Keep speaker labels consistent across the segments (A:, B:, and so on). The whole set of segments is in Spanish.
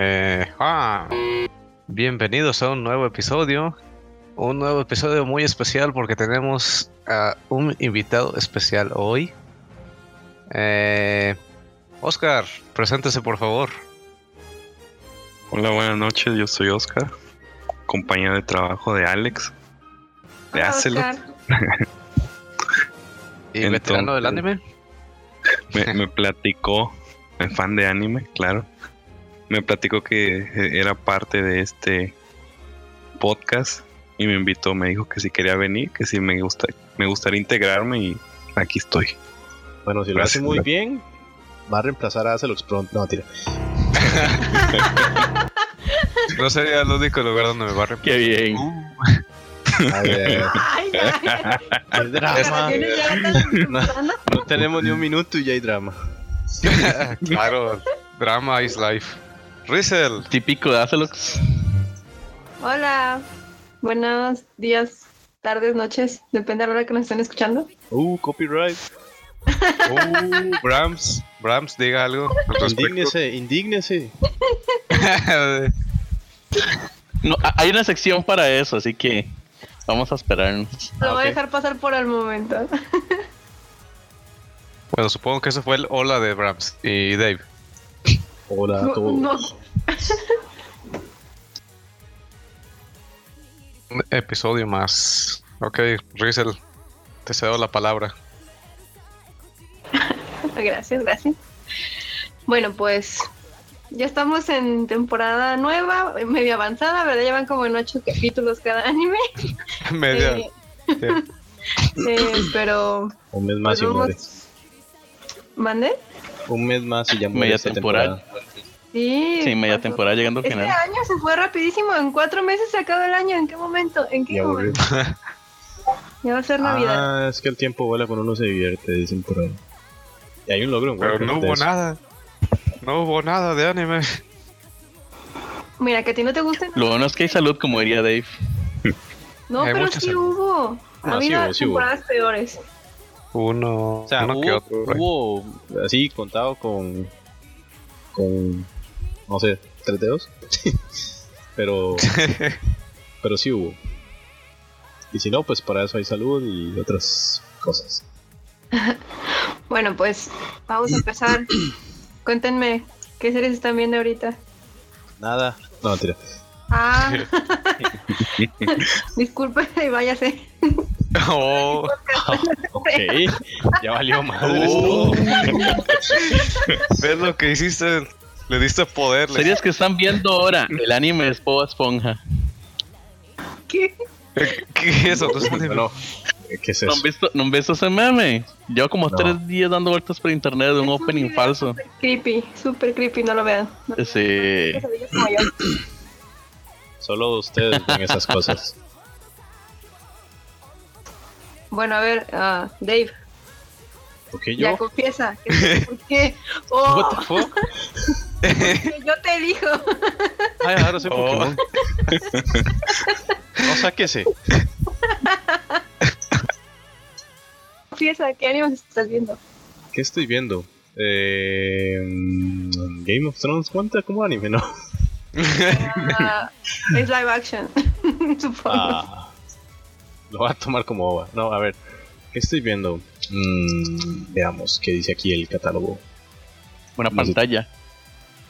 A: Eh, Bienvenidos a un nuevo episodio. Un nuevo episodio muy especial porque tenemos a un invitado especial hoy. Eh, Oscar, preséntese por favor.
B: Hola, buenas noches. Yo soy Oscar, compañero de trabajo de Alex. De
C: Hola,
B: Hacelo.
C: Oscar.
A: ¿Y veterano del anime?
B: Me, me platicó, es fan de anime, claro. Me platicó que eh, era parte de este podcast y me invitó, me dijo que si quería venir, que si me gusta, me gustaría integrarme y aquí estoy.
D: Bueno, si lo hace
B: Gracias,
D: muy
B: gracias.
D: bien, va a reemplazar a Acelox pronto. No, tira.
A: No sería el único lugar donde me va a Uh, repetir.
E: Qué bien.
D: Ay, ay,
C: Ay, ay,
D: ay. El
C: ay,
D: drama.
C: relaciones ya tan-
D: No, no tenemos ni un minuto y ya hay drama.
A: claro, drama is life. Rizel,
E: Típico de Azelox.
C: Hola, buenos días, tardes, noches, depende de la hora que nos estén escuchando.
D: Uh, copyright.
A: uh, Brahms, Brahms, diga algo. al respecto.
D: Indígnese, indígnese.
E: No, ha- hay una sección para eso, así que vamos a esperarnos.
C: Lo
D: Ah,
C: voy a
D: ok.
C: dejar pasar por el momento.
A: bueno, supongo que eso fue el hola de Brahms y Dave.
D: Hola a todos.
C: No,
A: Un episodio más. Ok, Rizel, te cedo la palabra.
C: Gracias, gracias. Bueno, pues ya estamos en temporada nueva, medio avanzada, ¿verdad? Llevan como en ocho capítulos cada anime.
A: Media.
C: Eh, eh, pero.
D: Un mes más y
C: pues,
D: muere.
C: vamos- ¿Mande?
D: Un mes más y ya muere
E: Media
D: esta
E: temporada.
C: Sí.
E: Sí, media
C: pasó.
E: temporada llegando al
C: Este
E: final.
C: año se fue rapidísimo, en cuatro meses se acaba el año, ¿en qué momento? ¿En qué
D: Y aburrido.
C: momento? Ya va a ser Navidad.
D: Ah, es que el tiempo vuela cuando uno se divierte, dicen por ahí. Y hay un logro en
A: Pero
D: Warcraft
A: no
D: de
A: hubo
D: eso.
A: nada. No hubo nada de anime.
C: Mira, que a ti no te guste
E: Lo bueno es que hay salud, como diría Dave.
C: No,
A: hay
C: pero
A: muchas-
C: sí hubo.
D: No,
C: ha habido
D: sí hubo, sí hubo.
C: temporadas peores.
A: Uno,
D: O sea,
A: uno
D: hubo,
A: que otro. por ahí.
D: hubo así contado con. con. no sé, tres dedos. pero. pero sí hubo. Y si no, pues para eso hay salud y otras cosas.
C: Bueno, pues vamos a empezar. Cuéntenme, ¿qué series están viendo ahorita?
D: Nada. No, mentira.
C: Ah, disculpe, y váyase.
A: Oh,
D: Ok. ya valió madres
E: Oh.
D: todo.
A: ¿Ves lo que hiciste? Le diste poder. le-
E: Series que están viendo ahora. El anime es Bob Esponja.
C: ¿Qué?
A: ¿Qué es eso? No es anime.
D: Bueno, ¿Qué es
E: ¿No
D: eso?
E: han visto, no han visto ese meme? Llevo como
D: No.
E: tres días dando vueltas por internet de un
C: Es un
E: opening
C: video
E: falso.
C: súper creepy, súper creepy, no lo vean. No lo
E: Sí.
C: vean, pesadillas como yo.
D: Solo ustedes ven esas cosas.
C: Bueno, a ver, ah, Dave,
D: Porque
C: ya
D: yo.
C: confiesa. que- ¿Por qué? Oh.
D: What the fuck?
C: Que Yo te elijo.
D: Ay, ahora soy
A: Oh.
D: Pokémon. no sáquese.
C: Confiesa, ¿qué animes estás viendo?
D: ¿Qué estoy viendo? Eh, mm, Game of Thrones cuenta como anime, ¿no?
C: Ah, es live action, supongo.
D: Ah, lo va a tomar como boba. No, a ver, ¿qué estoy viendo? Mm, veamos qué dice aquí el catálogo.
E: Una
D: No sé.
E: pantalla.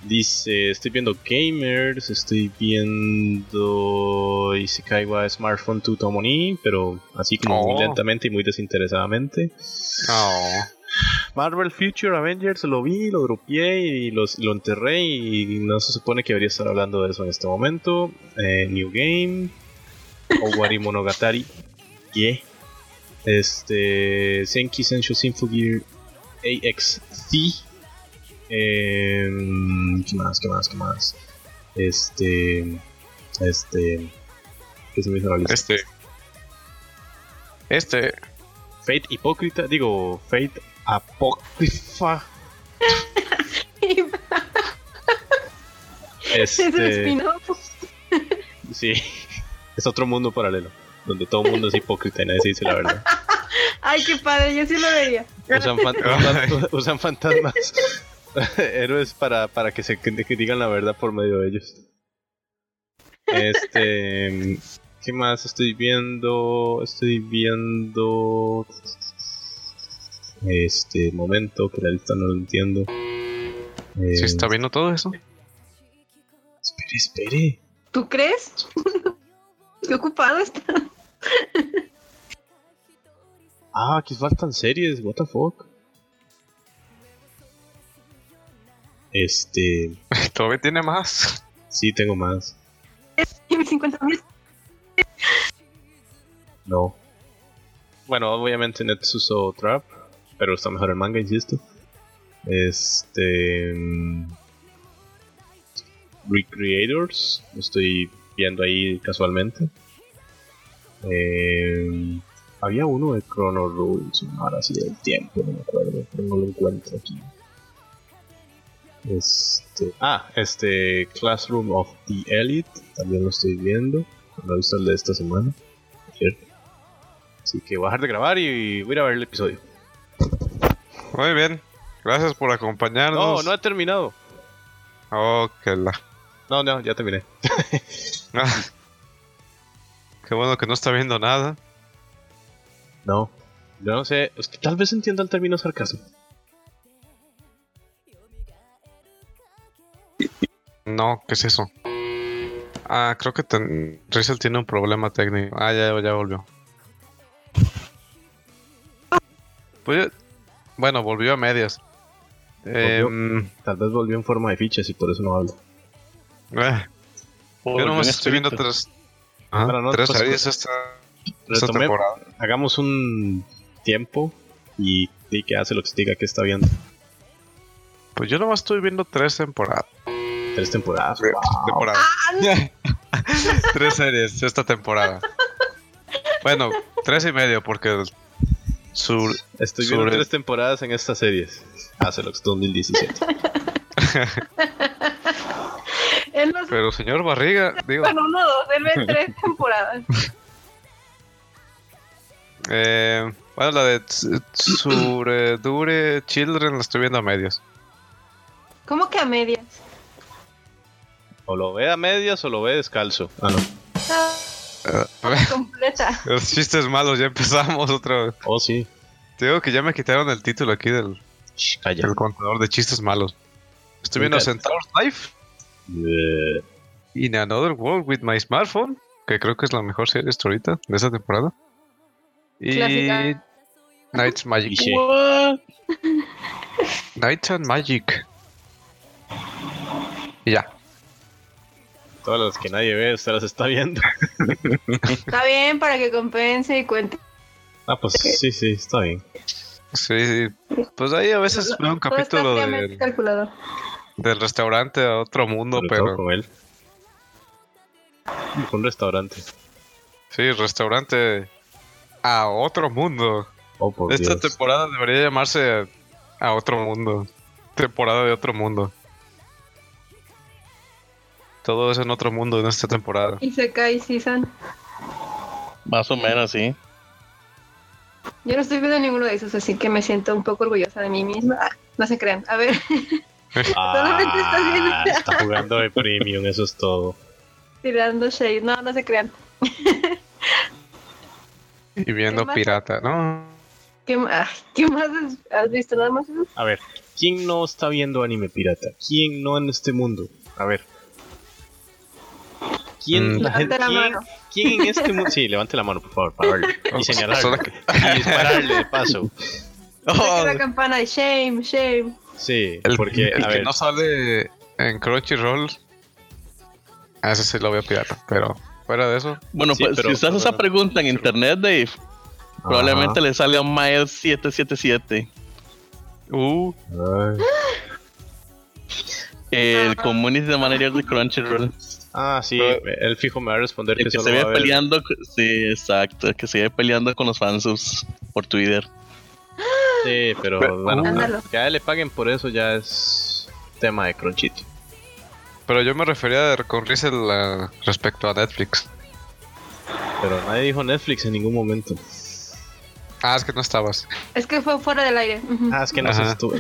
D: Dice, estoy viendo Gamers, estoy viendo Isekai wa Smartphone to Tomoni, pero así como
A: Oh.
D: muy lentamente y muy desinteresadamente.
A: No.
D: Marvel Future Avengers lo vi, lo dropeé y los- lo enterré y no se supone que debería estar hablando de eso en este momento. Eh, New Game, Owari Monogatari, yeah. este, Senki Senshu Sinfugir AXC, Em, ¿qué más, qué más, qué más? Este, este, ¿qué se me hizo la lista?
A: Este. Este.
D: Fate Hipócrita, digo, Fate Apócrifa.
C: Es un
D: Este,
C: spin-off.
D: sí, es otro mundo paralelo, donde todo el mundo es hipócrita y nadie se dice la verdad.
C: Ay, qué padre, yo sí lo vería.
D: Usan, fan- usan- usan fantasmas, héroes para, para que se que- que digan la verdad por medio de ellos. Este. ¿Qué más estoy viendo? Estoy viendo. Este momento que la lista no lo entiendo. Eh,
A: ¿Sí está viendo todo eso?
D: Espere, espere.
C: ¿Tú crees? Qué ocupado está.
D: Ah, aquí faltan series, what the fuck. Este.
A: Todavía tiene más.
D: Sí, tengo más.
C: Y mis 50 mil.
D: No. Bueno, obviamente Nets usó Trap, pero está mejor el manga, insisto. Este. mm, Recreators, lo estoy viendo ahí casualmente. Eh, había uno de Chrono Rules, ahora sí del tiempo, no me acuerdo, pero no lo encuentro aquí. Este, ah, este Classroom of the Elite, también lo estoy viendo. No he visto el de esta semana, por cierto. Así que voy a dejar de grabar y voy a ir a ver el episodio.
A: Muy bien. Gracias por
D: No,
A: acompañarnos.
D: no he terminado.
A: Oh, que la.
D: No, no, ya terminé.
A: Ah. Qué bueno que no está viendo nada.
D: No, yo no sé, es que tal vez entienda el término sarcasmo.
A: No, ¿qué es eso? Ah, creo que ten... Rizel tiene un problema técnico. Ah, ya, ya volvió. Pues, bueno, volvió a medias. Eh, mm,
D: Tal vez volvió en forma de fichas y por eso no hablo.
A: eh, yo
E: Volvió
A: nomás
E: un
A: estoy viendo
E: escrito.
A: tres. Ajá,
D: Pero no,
A: Ah, tres
D: pues,
A: series esta, esta
D: Retomé,
A: temporada.
D: hagamos un tiempo y, y que hace lo que se diga que está viendo.
A: Pues yo nomás estoy viendo tres temporadas.
D: Tres temporadas.
A: Tre-
D: wow.
A: temporada. tres series esta temporada. Bueno, tres y medio, porque su
D: Estoy viendo
A: Sobre-
D: tres temporadas en estas series. Hace lo que 2017.
C: Él nos
A: Pero señor Barriga, digo,
C: bueno, uno, dos, él ve tres temporadas.
A: eh, bueno, la de Ts- Tsure Dure Children la estoy viendo a medias.
C: ¿Cómo que a medias?
D: O lo ve a medias o lo ve descalzo. Ah, no.
C: Ah,
A: Eh,
C: completa.
A: los chistes malos, ya empezamos otra vez.
D: Oh, sí.
A: Te digo que ya me quitaron el título aquí del,
D: Shh, calla.
A: del contador de chistes malos. Estoy viendo
D: Nunca-
A: Centaur's Life
D: Eh,
A: In Another World with My Smartphone, que creo que es la mejor serie hasta ahorita de esta temporada. Y
C: Clásica.
A: Knights Magic.
D: Cliché.
E: What?
A: Knights and Magic. Y ya.
D: todas las que nadie ve, usted las está viendo.
C: Está bien para que compense y cuente.
D: Ah, pues sí, sí, está bien.
A: Sí, sí. pues ahí a veces veo un
C: Todo está
A: capítulo
C: fríamente
A: del,
C: calculado.
A: del restaurante a otro mundo,
D: Sobre todo
A: pero
D: con él. Fue Un restaurante.
A: sí, restaurante a otro mundo.
D: Oh, por
A: Esta
D: Dios.
A: temporada debería llamarse a otro mundo. Temporada de otro mundo. Todo es en otro mundo en esta temporada.
C: Y se cae Season.
E: Más o menos, sí.
C: Yo no estoy viendo ninguno de esos, así que me siento un poco orgullosa de mí misma. Ah, no se crean. A ver, Solamente estás viendo.
D: Ah, está jugando de premium, eso es todo.
C: tirando shade. No, no se crean.
A: Y viendo
C: más?
A: pirata, ¿no?
C: ¿Qué, ma- ay, ¿qué más has- has visto? Nada más eso.
D: A ver, ¿quién no está viendo anime pirata? ¿Quién no en este mundo? A ver. ¿Quién,
A: Mm.
D: la gente-
C: Levante la
D: ¿quién,
C: mano.
D: quién en este mundo? Sí, levante la mano, por favor, para verle. Y señalarle. Y dispararle de paso. Oh.
C: Saca la campana de shame, shame.
D: Sí,
A: El,
D: porque,
A: el
D: a
A: que
D: ver,
A: no sale en Crunchyroll, a ese sí lo veo pirata, pero fuera de eso,
E: Bueno,
D: Sí,
E: pues
D: pero-
E: si usas esa pregunta en internet, Dave, probablemente le sale a un Miles 777.
A: uh,
D: Ay.
E: El community manager de Crunchyroll.
D: Ah, sí, él fijo me va a responder
E: El
D: que
E: que
D: solo
E: se ve
D: va a ver-
E: peleando. Sí, exacto. El que se ve peleando con los fansubs por Twitter.
D: Sí, este, pero
A: Pero-
D: bueno,
C: Ándalo.
D: que a él le paguen por eso ya es tema de cronchito.
A: Pero yo me refería de- con Rizel a- respecto a Netflix.
D: Pero nadie dijo Netflix en ningún momento.
A: Ah, es que no estabas.
C: Es que fue fuera del aire. ujú.
D: Ah, es que no
A: Ajá.
D: sé tú.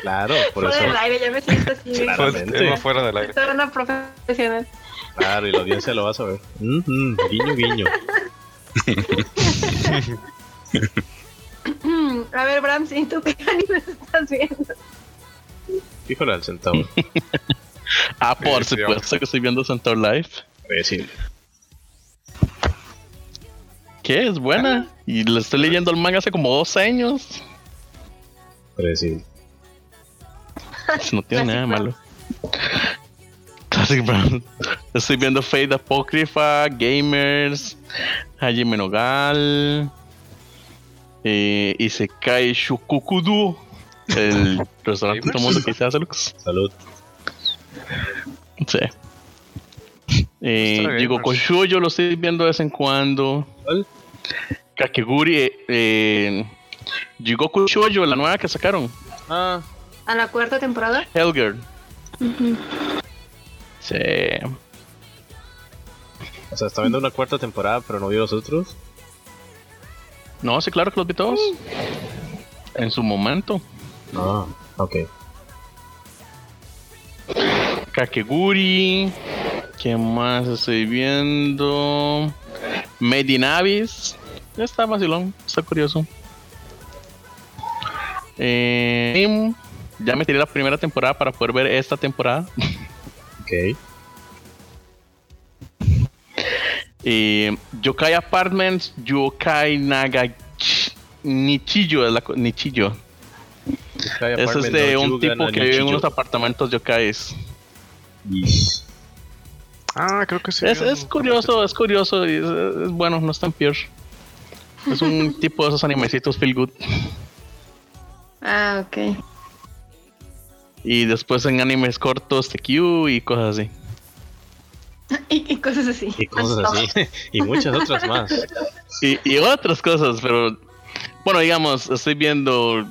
D: Claro, por
C: fuera
D: eso.
C: del aire, ya me siento así.
D: Claro.
A: este Fue el
D: Claramente.
A: tema fuera del aire.
C: Soy una profesional.
D: Claro, y la audiencia lo va a saber. Ujú, guiño, guiño.
C: A ver, Bram, ¿y tú qué anime estás viendo?
D: Híjole al centauro.
E: Ah, por
B: Sí, sí,
E: supuesto que estoy viendo Centaur Life.
D: Eh, sí.
E: Que es buena. Y le estoy leyendo el manga hace como dos años.
D: Pero sí.
E: No
C: Classic
E: tiene nada de
C: Brown.
E: malo. Classic Brown. Estoy viendo Fate Apócrifa, Gamers, Hajime Nogal, eh, Isekai Shukukudu, el restaurante
A: Gamers.
E: famoso que se hace Lux.
D: Salud.
E: Sí. Eh,
A: Pues Está bien,
E: digo,
A: pues.
E: Koshuyo lo estoy viendo de vez en cuando.
D: ¿Cuál?
E: Kakeguri, eh, eh, Jigoku Shoujo, la nueva que sacaron.
D: Ah,
C: ¿A la cuarta temporada?
E: Helger.
C: Ujú.
E: Sí.
D: o sea, está viendo una cuarta temporada, pero no vio los otros.
E: No, sí, claro que los vi todos.
A: Mm.
E: En su momento.
D: Ah, ok.
E: Kakeguri. ¿Qué más estoy viendo? Made in Abyss. Ya está vacilón, está curioso. Eh, ya me tiré la primera temporada para poder ver esta temporada.
D: Ok.
E: Eh, Yokai Apartments, Yokai Naga Nichillo, es la co- Nichillo. Eso es de un tipo que vive en unos apartamentos yokais.
D: unos
A: Ah, creo que sí.
E: Es,
A: veo
E: es
A: un-
E: curioso, es curioso y es, es bueno, no es tan peor. Es un tipo de esos animecitos feel good.
C: Ah, ok.
E: Y después en animes cortos, TQ y cosas así.
C: Y, y cosas así.
D: Y cosas así. y muchas otras más.
E: Y, y otras cosas, pero bueno, digamos, estoy viendo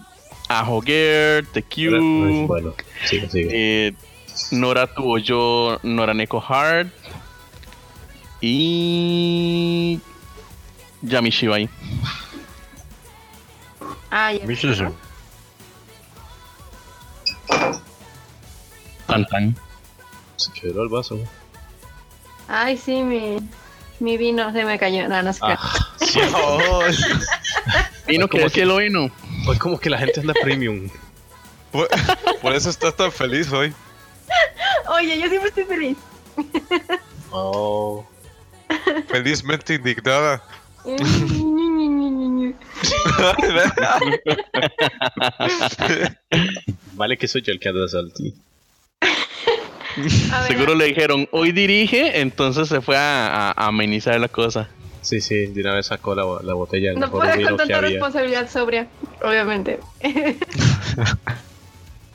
E: a Hoger, TQ,
D: Bueno, sigue, sigue.
E: eh, Nora tuvo yo, Nora Neko Hard y Yami Shibai.
C: Ah, ya.
E: Tan tan.
D: Se quebró el vaso.
C: Ay, sí, mi, mi vino se me cayó. No, no sé.
D: Ah, sí.
E: Vino,
D: ¿Cómo
E: ¿crees que lo vino?
D: Hoy como que la gente anda premium.
B: Por, por eso estás tan feliz hoy.
C: Oye, yo siempre estoy feliz.
D: Oh.
B: Felizmente indignada.
C: Mm,
D: Vale que soy yo el que anda salti.
C: A ver,
E: Seguro le dijeron, hoy dirige, entonces se fue a, a- a amenizar la cosa.
D: Sí, sí, de una vez sacó la, la botella del
C: No
D: mejor
C: puedo
D: vino
C: con
D: que
C: tanta
D: había.
C: responsabilidad sobria, obviamente.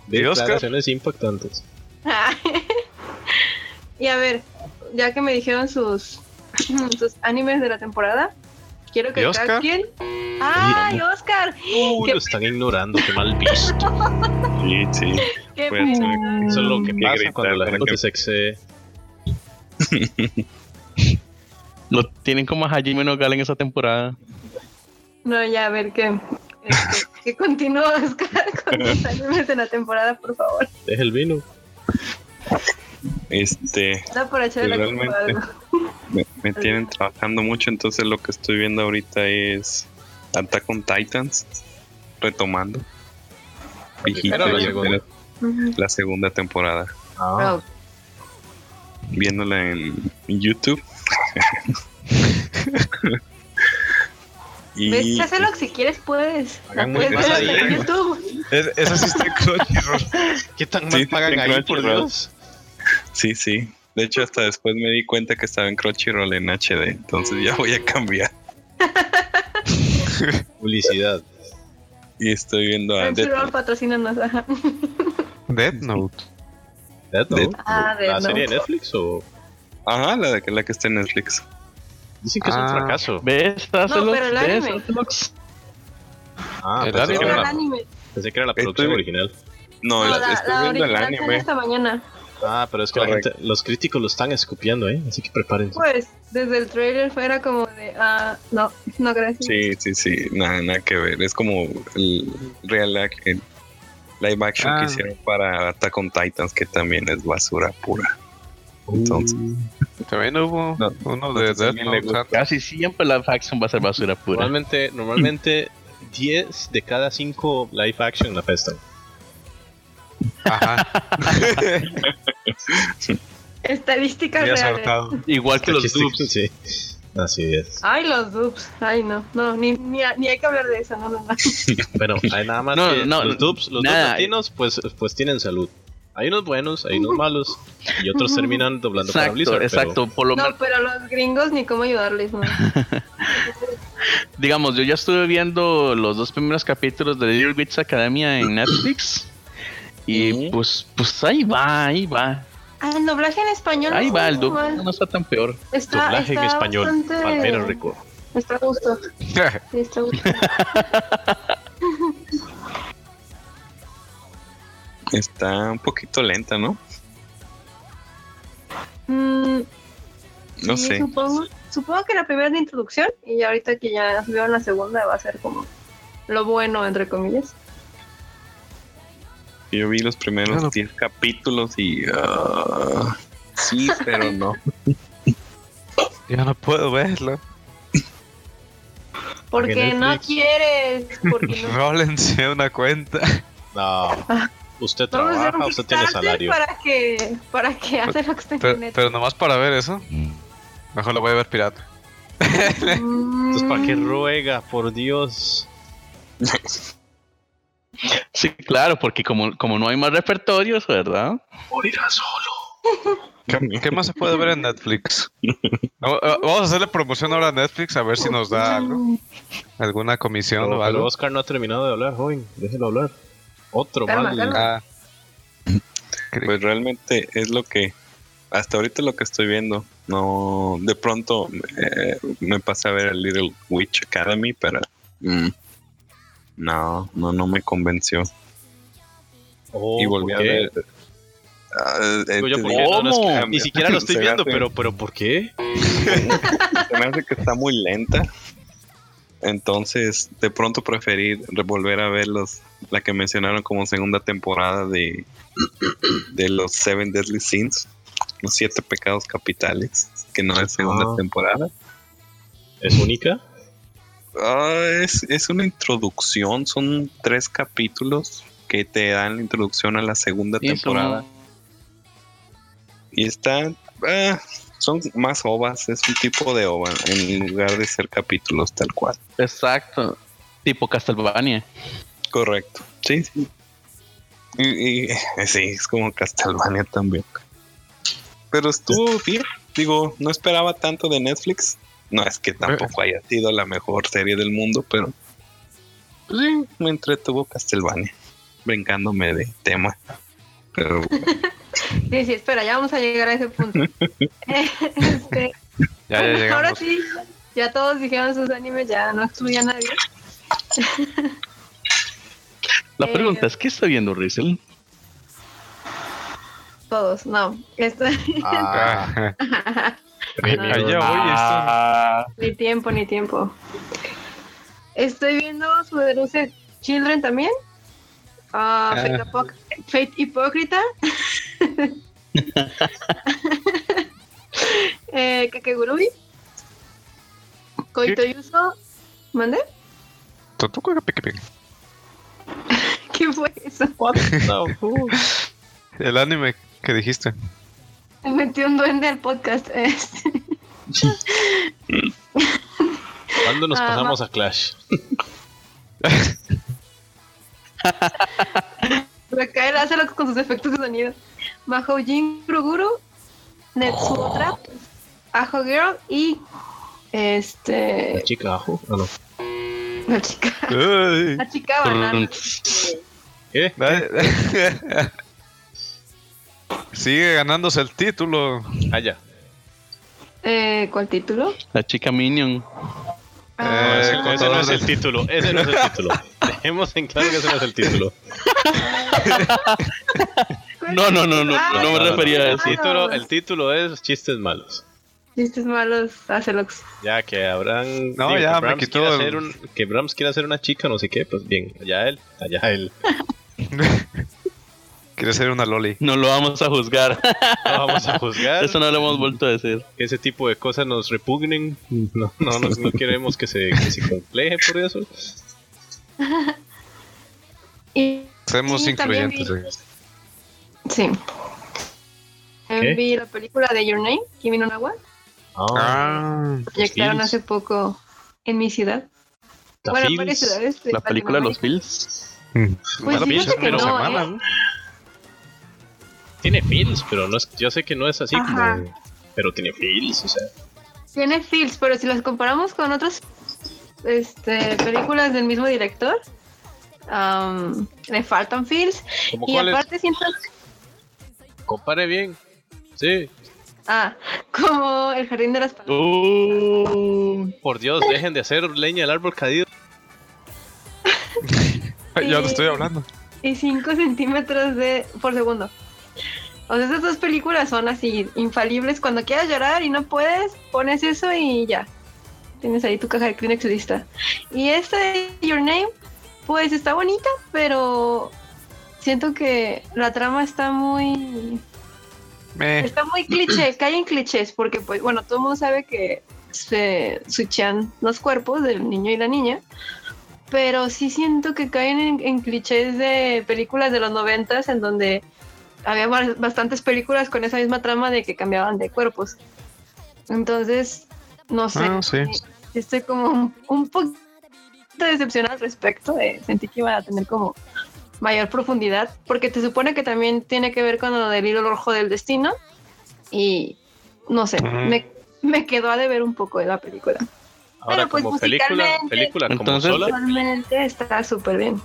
B: ¿Y Oscar?
D: Declaraciones impactantes.
C: y a ver, ya que me dijeron sus, sus animes de la temporada, quiero
A: ¿Y
C: que
A: Oscar?
C: cada quien. ¡Ay, Oscar!
D: Uy,
C: Qué
D: Uh, lo están ignorando, qué mal visto.
B: Sí, sí.
C: ¡Qué
B: Voy a tener que-
C: pena.
D: Eso es lo que
B: Hay que
D: pasa
B: gritar
D: cuando la
B: para
D: gente
B: que-
D: se excede.
E: Lo tienen como a Hajime Nogal en esa temporada.
C: No, ya, a ver que. este, que continúa Oscar con sus animes de la temporada, por favor.
D: Deja el vino.
B: Este,
C: Da por echar la culpa
B: Realmente.
C: a algo.
B: me, me tienen trabajando mucho, entonces lo que estoy viendo ahorita es Attack on Titans, retomando. Viejita,
D: Era la
B: ya
D: segunda.
B: era la segunda temporada.
D: Ah,
C: Oh,
B: viéndola en YouTube.
C: ¿Ves?
B: y
C: Hazlo si quieres, puedes.
D: Hagan
C: Puedes
D: muy
C: verlo
D: bien.
C: en YouTube.
B: es- esa sí está en Crunchyroll.
D: ¿Qué tan
B: Sí,
D: mal pagan
B: tengo
D: ahí,
B: ocho
D: por
B: grados.
D: Dios?
B: Sí, sí. De hecho, hasta después me di cuenta que estaba en Crunchyroll en HD. Entonces ya voy a cambiar.
D: Publicidad.
B: Y estoy viendo a Death
C: Crunchyroll patrocínanos. Ajá.
A: Death Note.
D: Death Note.
B: Death
C: Ah, de
D: ¿La
C: no.
D: serie de Netflix o...?
B: Ajá, la, de- la que está en Netflix.
D: Dicen que es un
A: Ah.
D: fracaso.
E: ¿Ves? Hazlo,
C: pero el
E: ¿Ves?
C: anime.
E: Hazlo.
D: Ah,
A: El
D: pensé
A: anime.
D: que,
C: Pero
D: era
C: el
D: la,
C: anime.
D: pensé que era la producción
B: Estoy-
D: original.
B: No, la,
C: la,
B: estoy
C: la
B: viendo el
C: original sale
B: anime.
C: esta mañana.
D: Ah, pero es que
B: Correcto.
D: la gente, los críticos lo están escupiendo, ¿eh? Así que prepárense.
C: Pues desde el trailer fuera como de, ah, no, no gracias.
B: Sí, sí, sí. Nada, nada que ver. Es como el real ac- el live action
A: Ah.
B: que hicieron para Attack on Titans, que también es basura pura. Entonces,
D: Uh,
A: También hubo
B: No,
A: uno
B: no
A: de
B: sé si a
A: Death
B: alguien le
A: Note
B: gusta.
A: Hat.
E: Casi siempre la faction va a ser basura pura.
D: Normalmente, normalmente 10 de cada 5 live action la apestan.
A: Ajá,
C: Estadísticas
A: había
C: reales.
A: soltado.
E: Igual que los
D: Statistics,
E: dupes.
D: Sí. Así es.
C: Ay, los dupes. Ay, no, no, ni, ni, ni hay que hablar de eso, no, no, no.
D: Bueno, hay nada más
E: No,
D: que
E: no,
D: los dubs, los dubs
E: nada.
D: latinos, pues, pues tienen salud. Hay unos buenos, hay unos malos, y otros terminan doblando para Blizzard.
E: Exacto,
D: pero-
E: exacto. Por lo menos
C: No, pero los gringos ni cómo ayudarles, no.
E: digamos, yo ya estuve viendo los dos primeros capítulos de Little Witch Academia en Netflix. Y
D: ¿Mm?
B: Ujú.
E: pues, pues ahí va, ahí va.
C: Ah, el doblaje en español.
E: Ahí
C: no
E: va, el
C: estuvo
E: doblaje
C: mal.
E: no está tan peor.
C: Está,
D: Doblaje en
C: está
D: español,
C: bastante-
D: Palmero Rico.
C: Está a gusto. Sí, está a gusto.
B: está un poquito lenta, ¿no?
C: Mm,
B: No
C: sí,
B: sé.
C: Supongo, supongo que la primera es la introducción y ya ahorita que ya subieron la segunda va a ser como lo bueno, entre comillas.
B: Yo vi los primeros 10 capítulos y. ah, sí, pero no.
A: Yo no puedo verlo.
D: Porque
C: Porque no
D: Netflix-
C: quieres, porque no.
A: Rólense una cuenta.
D: No. Usted
C: Ah. Vamos a hacer
D: trabaja,
C: un
D: usted tiene
C: Kickstarter
D: salario.
C: Para que, para que hace lo que está en
A: Pero, eh,
C: internet.
A: pero nomás para ver eso.
D: Mm.
A: Mejor lo voy a ver pirata.
D: Entonces, ¿para qué
C: Mm,
D: ruega? Por Dios.
E: Sí, claro, porque como, como no hay más repertorios, ¿verdad?
D: Morirá solo.
A: ¿Qué más se puede ver en Netflix? No, eh, Vamos a hacerle promoción ahora a Netflix a ver si nos da algo. Alguna comisión
D: Pero,
A: o
D: pero
A: algo.
D: Oscar no ha terminado de hablar, joven. Déjelo hablar. Otro
C: Calma,
D: mal.
C: calma.
A: Ah. Cre-
B: Pues realmente es lo que. Hasta ahorita es lo que estoy viendo. No. De pronto eh, me pasé a ver el Little Witch Academy, pero. mm, no, no, no me convenció.
D: Oh,
B: y volví
D: ¿por qué?
B: a ver. Ah, eh,
D: Digo yo,
B: te
D: ¿por
B: digo,
D: qué? No, no, es que
E: ¿Cómo?
D: Ni siquiera lo estoy
B: Se me
D: viendo,
B: hace-
D: pero, pero ¿por qué?
B: se me hace que está muy lenta. Entonces, de pronto preferí volver a ver los, la que mencionaron como segunda temporada de, de los Seven Deadly Sins, los siete pecados capitales, que no es segunda
D: Ah.
B: temporada.
D: ¿Es única?
B: Ah, es, es una introducción, son tres capítulos que te dan la introducción a la segunda
E: Y eso-
B: temporada. Y están. ah, son más ovas, es un tipo de ova, en lugar de ser capítulos tal cual.
E: Exacto. Tipo Castlevania.
B: Correcto, sí, sí. Y, y, eh, sí, es como Castlevania también. Pero estuvo bien, digo, no esperaba tanto de Netflix. No es que tampoco
D: Eh.
B: haya sido la mejor serie del mundo, pero pues, sí, me entretuvo Castlevania, brincándome de tema. Pero
C: Sí, sí, espera, ya vamos a llegar a ese punto. Este,
A: Ya, ya
C: ahora
A: llegamos.
C: sí, ya todos dijeron sus animes, ya no excluía a nadie.
E: La
C: Eh.
E: pregunta es, ¿qué está viendo Rizel?
C: Todos, no. Este-
A: Ah,
C: Allá
A: voy,
C: Ni tiempo, ni tiempo. Estoy viendo Suderuse Children también. Ah, Fate,
A: Ah.
C: Apoc- Fate Hipócrita. eh, Kakegurui. Koito Yuso. ¿Mande?
A: Totoco que pique, pique.
C: ¿Qué fue eso?
A: El anime que dijiste.
C: Me metió un duende al podcast. Este,
D: ¿Cuándo nos
C: Ah,
D: pasamos a Clash?
C: Recaer hace lo que con sus efectos de sonido. Mahoujin Kruguru. Netsuo Trap. Ajo Girl y. Este.
D: La chica ajo. Ah, no.
C: La chica.
A: Ay.
C: La chica banana.
D: ¿Qué?
A: Sigue ganándose el título.
D: Allá.
C: Eh, ¿Cuál título?
E: La chica Minion.
A: Ah,
C: Eh,
D: ese,
A: con
D: ese no
A: todo
D: es el
A: el-
D: título. Ese no es el título. Dejemos en claro que ese no es el título.
C: ¿Cuál
E: No, no, no, no,
C: Ah,
E: no me refería a
D: El
E: eso.
D: título, el título es Chistes Malos.
C: Chistes malos hace locos.
D: Ya que habrán.
A: No,
D: que
A: ya me
D: Brahms
A: quitó
D: quiera
A: el-
D: hacer un- que Brahms quiera hacer una chica, no sé qué. Pues bien, allá él. Allá él.
A: Quiere ser una loli.
E: No lo vamos a juzgar.
D: No vamos a juzgar.
E: Eso no lo hemos vuelto a decir.
D: Que ese tipo de cosas nos repugnen. No, no, nos- no queremos que se, que se compleje por eso.
C: Y
A: Somos
C: Sí, también
A: incluyentes.
C: vi-
A: oiga.
C: sí. Eh,
D: ¿Qué?
C: Vi la película de Your Name, Kimi no Nawa.
A: Ah,
C: Proyectaron
D: Bills.
C: hace poco en mi ciudad.
D: The
C: bueno, en
D: Feels.
C: varias ciudades. de
E: La película de los
C: Latinoamérica.
E: Bills.
C: Pues
A: mala
C: fíjate
A: pinche
C: que
A: pero
C: no,
A: se mala,
C: ¿eh?
D: Tiene feels, pero no es, yo sé que no es así
C: Ajá.
D: como. Pero tiene feels, o sea.
C: Tiene feels, pero si las comparamos con otras este, películas del mismo director, am, le faltan feels.
D: ¿Como
C: Y
D: cuál es?
C: aparte siento
D: Compare bien. Sí.
C: ah, como El Jardín de las Palabras.
E: Uh,
D: Por Dios, dejen de hacer leña al árbol caído.
A: Yo no estoy hablando.
C: y 5 centímetros de por segundo. O sea, esas dos películas son así infalibles. Cuando quieras llorar y no puedes, pones eso y ya. Tienes ahí tu caja de Kleenex lista. Y esta de Your Name, pues está bonita, pero siento que la trama está muy
A: Meh.
C: Está muy cliché, caen clichés, porque, pues, bueno, todo el mundo sabe que se switchan los cuerpos del niño y la niña, pero sí siento que caen en, en clichés de películas de los noventas en donde había ba- bastantes películas con esa misma trama de que cambiaban de cuerpos. Entonces, no sé,
A: Ah, sí.
C: estoy como un, un poquito decepcionada al respecto, eh, sentí que iba a tener como mayor profundidad, porque te supone que también tiene que ver con lo del hilo rojo del destino y no sé,
A: Ujú.
C: me, me quedó a deber un poco de la película.
D: Ahora,
C: pues,
D: como película,
C: musicalmente-
D: película como
E: Entonces-
D: sola,
C: Realmente está súper bien.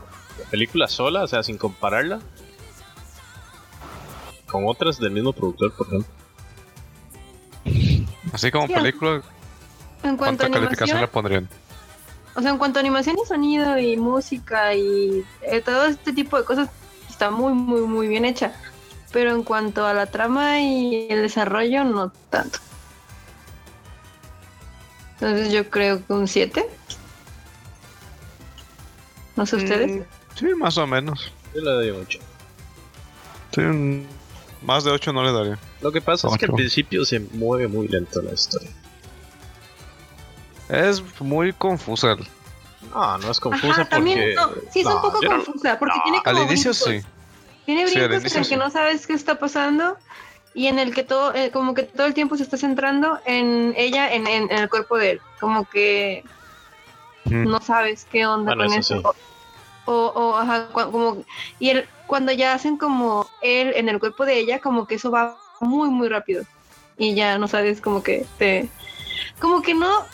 D: película sola, o sea, sin compararla con otras del mismo productor, por ejemplo.
A: Así como
C: Sí,
A: película,
C: En cuanto a
A: ¿cuánta calificación le
C: animación,
A: pondrían?
C: o sea, en cuanto a animación y sonido y música y eh, todo este tipo de cosas, está muy, muy, muy bien hecha. Pero en cuanto a la trama y el desarrollo, no tanto. Entonces yo creo que un 7. No sé ustedes.
A: Mm, Sí, más o menos.
D: Yo le doy ocho.
A: Sí, un- Más de 8 no le daría.
D: Lo que pasa es que al
A: Ocho.
D: principio se mueve muy lento la historia.
A: Es muy confusa.
D: Ah, No, no es confusa
C: Ajá, también,
D: porque.
C: no, sí, es
D: no,
C: un poco
D: yo no-
C: confusa, porque
D: no,
C: tiene como
A: Al inicio
C: brincos.
A: sí.
C: Tiene
A: Sí, al
C: brincos en
A: inicio
C: el que
A: sí.
C: no sabes qué está pasando y en el que todo, eh, como que todo el tiempo se está centrando en ella, en, en- en el cuerpo de él. Como que
A: Mm.
C: no sabes qué onda
D: Bueno,
C: con
D: eso
C: eso. O, o, ajá, cua- como, y él, cuando ya hacen como él en el cuerpo de ella, como que eso va muy, muy rápido. Y ya no sabes, como que te. Como que no.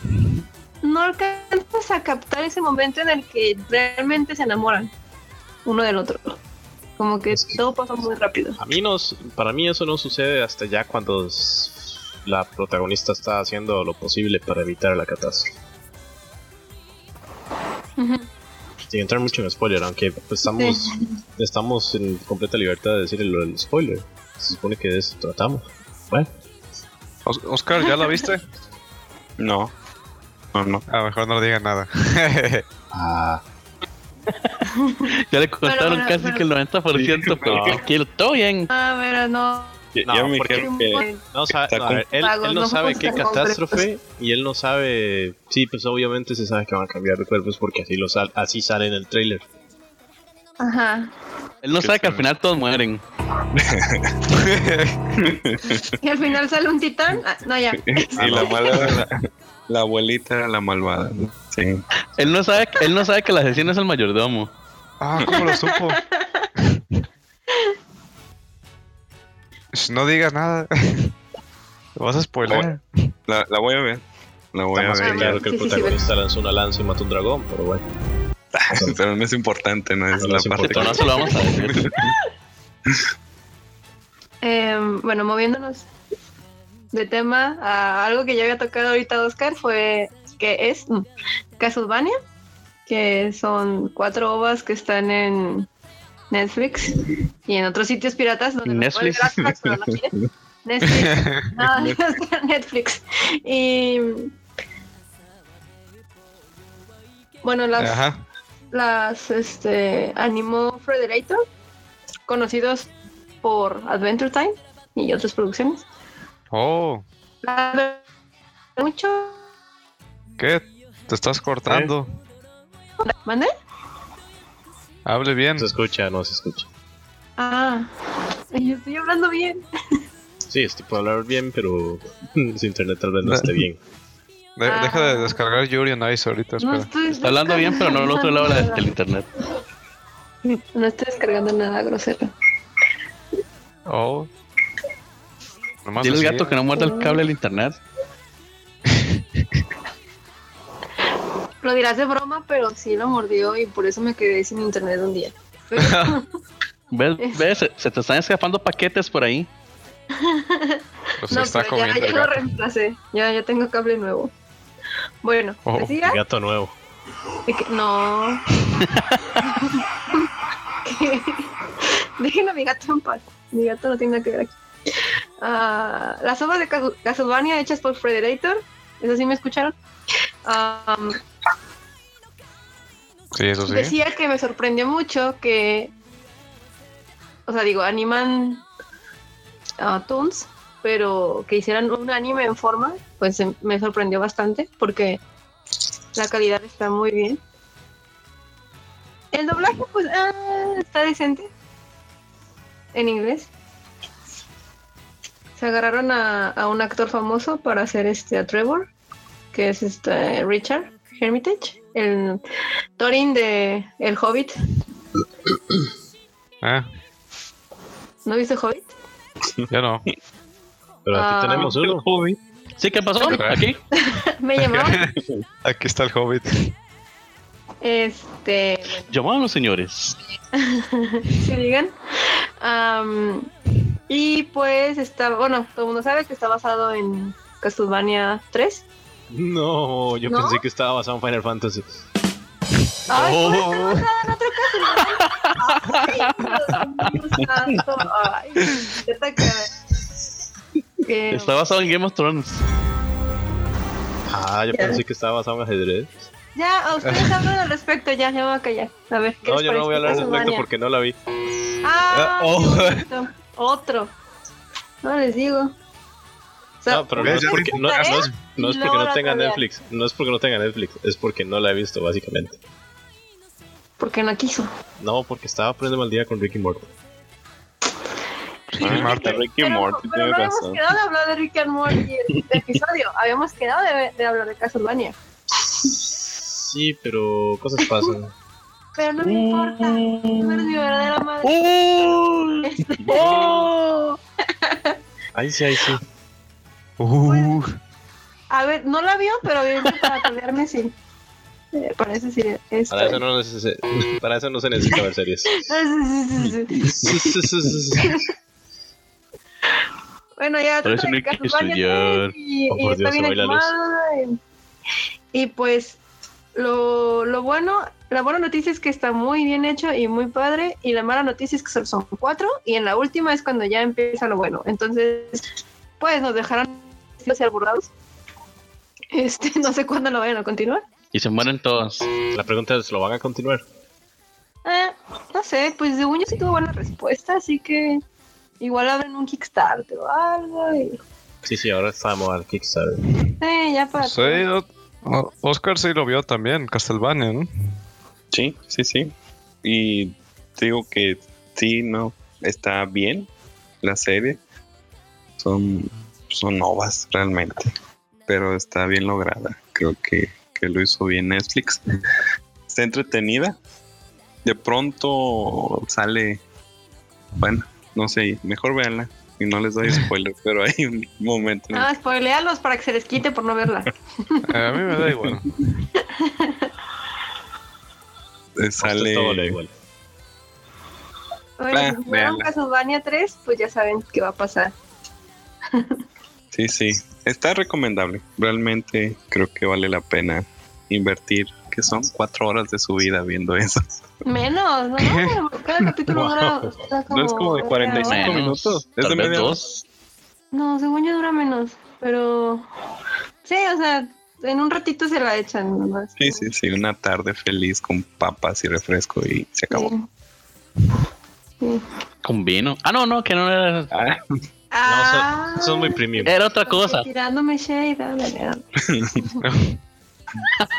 C: No alcanzas a captar ese momento en el que realmente se enamoran uno del otro. Como que
D: Es que-
C: todo pasa muy rápido.
D: A mí no, s- para mí eso no sucede hasta ya cuando s- la protagonista está haciendo lo posible para evitar la catástrofe.
C: Ujú.
D: Sin entrar mucho en spoiler, aunque pues, estamos, estamos en completa libertad de decir el, el spoiler. Se supone que de eso tratamos. Bueno,
A: Os- Oscar, ¿ya la viste?
B: No. No, no.
A: A lo mejor no le digan nada.
D: ah,
E: ya le contaron
C: pero-
E: casi
C: pero-
E: que el 90%, pero
D: No.
E: tranquilo, todo bien.
C: Ah, pero no.
B: Ya,
D: No,
B: ya me
D: porque-
B: dijeron que
D: no sabe,
B: Está
D: no, a ver, él,
C: con-
D: él no
C: no
D: sabe
C: con-
D: qué
C: con-
D: catástrofe y él no sabe. Sí, pues obviamente se sabe que van a cambiar de cuerpos porque así, lo sal- así sale en el trailer.
C: Ajá.
E: Él no
B: Sí,
E: sabe que
B: sí.
E: al final todos mueren.
C: Y al final sale un titán. Ah, no, ya.
B: y la mala era la, la abuelita era la malvada. Sí.
E: Él no sabe, él no sabe que el asesino es el mayordomo.
A: ah, ¿cómo lo supo? Sh, no digas nada. Te vas a spoiler.
B: La, la voy a ver. La voy
D: Está más
B: a
D: que
B: ver.
C: ya.
D: claro que
C: Ah, Sí,
D: el
C: sí, sí,
D: protagonista lanzó una lanza y mató un dragón, pero bueno.
B: ya. Pero no es importante, no es
D: Ah, No
B: la
D: es
B: parte
E: Pero
B: que
E: no se lo vamos a decir.
C: Em, bueno, moviéndonos de tema a algo que ya había tocado ahorita Oscar, fue que es mm, Castlevania, que son cuatro ovas que están en Netflix y en otros sitios piratas donde lo puedes ver hasta cuando no quieres. Netflix, no, Netflix. Y bueno, las
A: Ajá.
C: las este, animó Frederator, conocidos por Adventure Time y otras producciones.
A: Oh,
C: La verdad, Mucho.
A: ¿qué? Te estás cortando.
C: ¿Mande?
A: Hable bien.
D: Se escucha, no se escucha.
C: Ah, yo estoy hablando bien.
D: Sí, este puede hablar bien, pero su internet tal vez no esté bien.
A: De-
C: Ah.
A: Deja de descargar Yuri on Ice ahorita,
C: No
A: espera.
C: estoy
E: Está hablando bien, pero no al otro lado
C: descargando
E: la- del internet.
C: nada. No estoy descargando nada grosero.
A: Oh. Nomás
E: Dile al
A: así,
E: gato que no muerda el cable del internet.
C: Lo dirás de broma, pero sí lo mordió y por eso me quedé sin internet un día. Pero-
E: ¿Ves?
C: Es-
E: ¿Ves? Se, se te están escapando paquetes por ahí.
A: Los
C: No,
A: está
C: pero ya,
A: comiendo
C: ya
A: el
C: lo
A: gato.
C: reemplacé. Ya, ya tengo cable nuevo. Bueno,
A: Oh,
C: decía
D: Gato nuevo.
C: que- no. Que- Dejen a mi gato en paz. Mi gato no tiene nada que ver aquí. Ah, las obras de Casu- Castlevania hechas por Frederator. ¿Eso sí me escucharon? Ah,
A: Sí, eso sí.
C: Decía que me sorprendió mucho que. O sea, digo, animan a Toons, pero que hicieran un anime en forma, pues em- me sorprendió bastante porque la calidad está muy bien. El doblaje, pues, ah, está decente. En inglés. Se agarraron a, a un actor famoso para hacer este a Trevor, que es este Richard Hermitage, el Thorin de El Hobbit.
A: Ah,
C: ¿No viste Hobbit?
A: yo no.
D: Pero aquí
C: Ah.
D: tenemos uno.
E: ¿Sí? ¿Qué pasó? ¿Aquí?
C: Me llamaban.
A: Aquí está el hobbit.
C: este.
E: Llamaban los señores.
C: se digan. Am, y pues está. Bueno, todo el mundo sabe que está basado en Castlevania 3.
D: No, yo
C: ¿No?
D: pensé que estaba basado en Final Fantasy.
C: ¡Ay,
A: Oh.
C: pues, está basado en otro Castlevania! ¡Ay, Dios mío santo! ¡Ay! ya te acabé. Que-
E: Está basado en Game of Thrones.
D: Ah, yo
C: Ya.
D: pensé que estaba basado en ajedrez.
C: Ya, a ustedes hablan al respecto, ya, ya me voy a callar. A ver, ¿qué
D: No,
C: les
D: yo no voy a hablar
C: pareció
D: al respecto
C: Castlevania?
D: porque no la vi.
C: Ah,
A: Ah, oh.
C: qué bonito. otro. No les digo. O sea,
D: No, pero no es
A: ya
D: porque
A: vi
D: no,
C: tarea
D: no es, no es
C: y
D: porque
C: luego
D: no
C: la
D: tenga
C: tarea.
D: Netflix. No es porque no tenga Netflix. Es porque no la he visto, básicamente.
C: Porque no quiso.
D: No, porque estaba poniendo mal día con Ricky Morty.
A: Sí, Pues, Marta.
B: Rick y
C: Pero,
B: Morty
C: pero
B: tiene
C: no habíamos
B: razón.
C: quedado de hablar de Rick and Morty en este episodio. Habíamos quedado de, de hablar de Castlevania.
D: Sí, pero cosas pasan.
C: Pero no me importa. No eres mi verdadera madre.
E: ¡Uy!
C: Este,
E: ¡Oh!
D: Ahí sí, ahí sí.
A: Uh,
C: a ver, no la vio, pero obviamente para pelearme sí. Eh, parece sí. es-
D: Para eso no, neces- para eso no se necesita ver series.
C: Sí, sí, sí, sí. Bueno, ya
E: Por eso
C: trata
E: no
C: de
E: hay que
C: Castlevania
E: estudiar.
C: tres Y,
D: Oh,
C: y
D: por
C: está
D: Dios, se
C: bien
D: va la luz.
C: animada. Y, y, pues lo, lo bueno, la buena noticia es que está muy bien hecho y muy padre. Y la mala noticia es que solo son cuatro. Y en la última es cuando ya empieza lo bueno. Entonces, pues nos dejaron y aburrados. Este, no sé cuándo lo vayan a continuar.
E: Y se mueren todos.
D: La pregunta es, ¿lo van a continuar?
C: Eh, no sé, pues de yo sí tuvo buena respuesta, así que igual abren un Kickstarter o algo. Y,
D: Sí, sí, ahora estamos al Kickstarter.
C: eh, ya
E: Pues
C: para.
A: sí, o- o- Oscar sí lo vio también, Castlevania, ¿no?
B: Sí, sí, sí. Y digo que sí, no, está bien la serie. Son, son novas realmente, pero está bien lograda. Creo que, que lo hizo bien Netflix. Está entretenida. De pronto sale, bueno, no sé, mejor véanla. Y no les doy spoiler, pero hay un momento en el
C: Ah, spoilealos para que se les quite por no verla.
A: Eh, a mí me da igual.
B: que sale...
D: Todo lo igual.
C: Bueno,
B: Ah,
C: si jugaron
B: véanla.
C: Castlevania 3, pues ya saben qué va a pasar.
B: Sí, sí. Está recomendable. Realmente creo que vale la pena invertir, que son cuatro horas de su vida viendo eso.
C: Menos, ¿no? Cada capítulo dura, dura como
B: no es como de
C: media
B: 45
C: hora.
B: minutos. Es de
E: Tal vez
B: media hora.
E: dos.
C: No, según yo dura menos, pero... Sí, o sea, en un ratito se la echan nomás.
B: Sí, sí, sí. Una tarde feliz con papas y refresco y se acabó.
C: Sí.
E: Con vino. Ah, no, no, que no era.
C: Ah,
D: No, eso, eso es muy premium.
E: Era otra cosa.
C: Tirándome shade. dale, dale.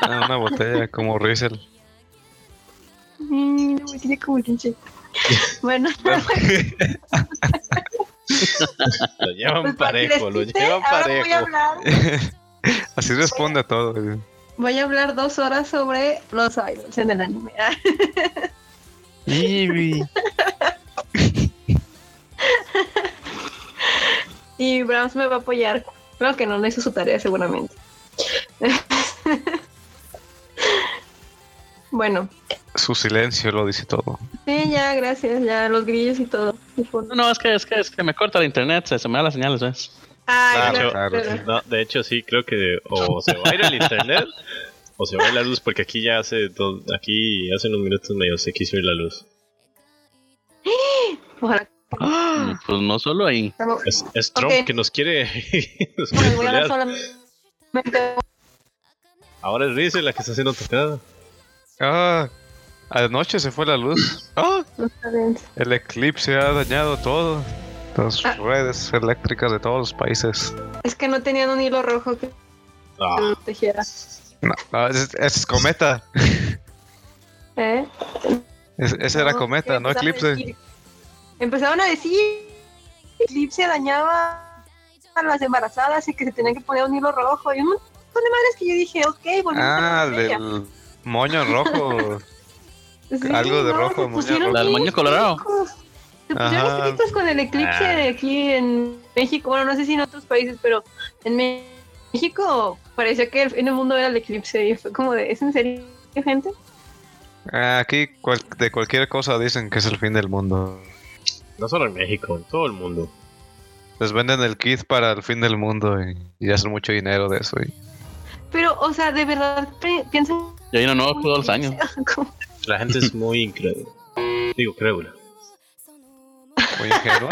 A: Ah, una botella como Riesel.
C: Mm, No me tiene como linche. Bueno,
D: Lo
C: pues,
D: llevan
C: para que
D: parejo,
C: les
D: lo
C: quite,
D: llevan
C: ahora Voy a,
D: parejo.
C: hablar,
A: Así responde a todo. güey.
C: voy a hablar dos horas sobre los idols en el anime. Y Brahms me va a apoyar. Claro que no, no hizo su tarea seguramente. bueno,
A: Su silencio lo dice todo.
C: sí, ya, gracias, ya, los grillos y todo. Y por-
E: No, no, es que, es que, es que me corta la internet, se, se me da las señales, ¿ves?
C: Ay,
D: Claro,
C: claro,
A: claro,
C: pero-
A: sí.
D: No, de hecho, sí, creo que o se va a ir el internet o se va a ir la luz, porque aquí ya hace, do- aquí hace unos minutos medio se quiso ir la luz.
C: ojalá.
E: Y Pues no solo ahí.
C: Estamos-
D: Es, es Trump
C: Ok.
D: que nos quiere. nos quiere
C: Bueno, voy a hablar
D: trolear.
C: solamente.
D: Ahora es Rizel la que está haciendo tocada.
A: Ah, anoche se fue la luz. Ah, el eclipse ha dañado todo. Las
C: Ah.
A: redes eléctricas de todos los países.
C: Es que no tenían un hilo rojo que
D: Ah,
C: lo tejiera.
A: No, no, ese, ese es cometa.
C: ¿Eh?
A: Ese, ese era cometa, no
C: empezaron a
A: eclipse.
C: decir- Empezaron a decir que eclipse dañaba a las embarazadas y que se tenían que poner un hilo rojo y un montón de madres que yo dije, ok, volvemos a
A: Ah,
C: la botella.
A: del moño rojo.
C: Sí,
A: algo de
C: no,
A: rojo,
C: se
A: muñeco.
C: pusieron
E: La del
C: bien
E: moño colorado.
C: chicos. Se pusieron
A: Ajá.
C: exquisitos con el eclipse
D: Ah.
C: de aquí en México. Bueno, no sé si en otros países, pero en Me- México parecía que el- en el mundo era el eclipse y fue como de, ¿es en serio, gente?
A: Ah, Aquí cual- de cualquier cosa dicen que es el fin del mundo.
D: no solo en México, en todo el mundo.
A: Les venden el kit para el fin del mundo y, y hacen mucho dinero de eso. y-
C: Pero, o sea, de verdad, pe- piensan...
E: Y ahí no, no, todos los años.
C: Como-
D: La gente es muy increíble. Digo, crédula.
A: Muy ingenuo.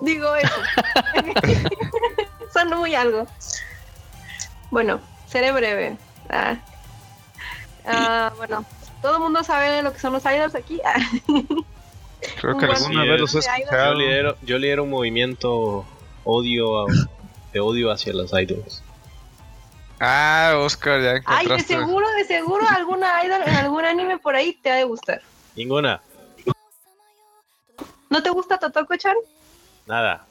C: Digo eso. Son muy algo. Bueno, seré breve. Ah. Ah, bueno, todo el mundo sabe lo que son los idols aquí. Ah.
A: Creo que
C: Un
A: alguna
D: buen-
A: vez los he
C: Sí, hay
D: Yo
A: escuchado.
D: lidero, yo lidero un movimiento odio a- de odio hacia las idols.
A: Ah, Oscar, ya
C: Ay, de
A: encontraste.
C: seguro, de seguro alguna idol en algún anime por ahí te ha de gustar.
D: Ninguna,
C: ¿No te gusta Totoko-chan?
D: nada.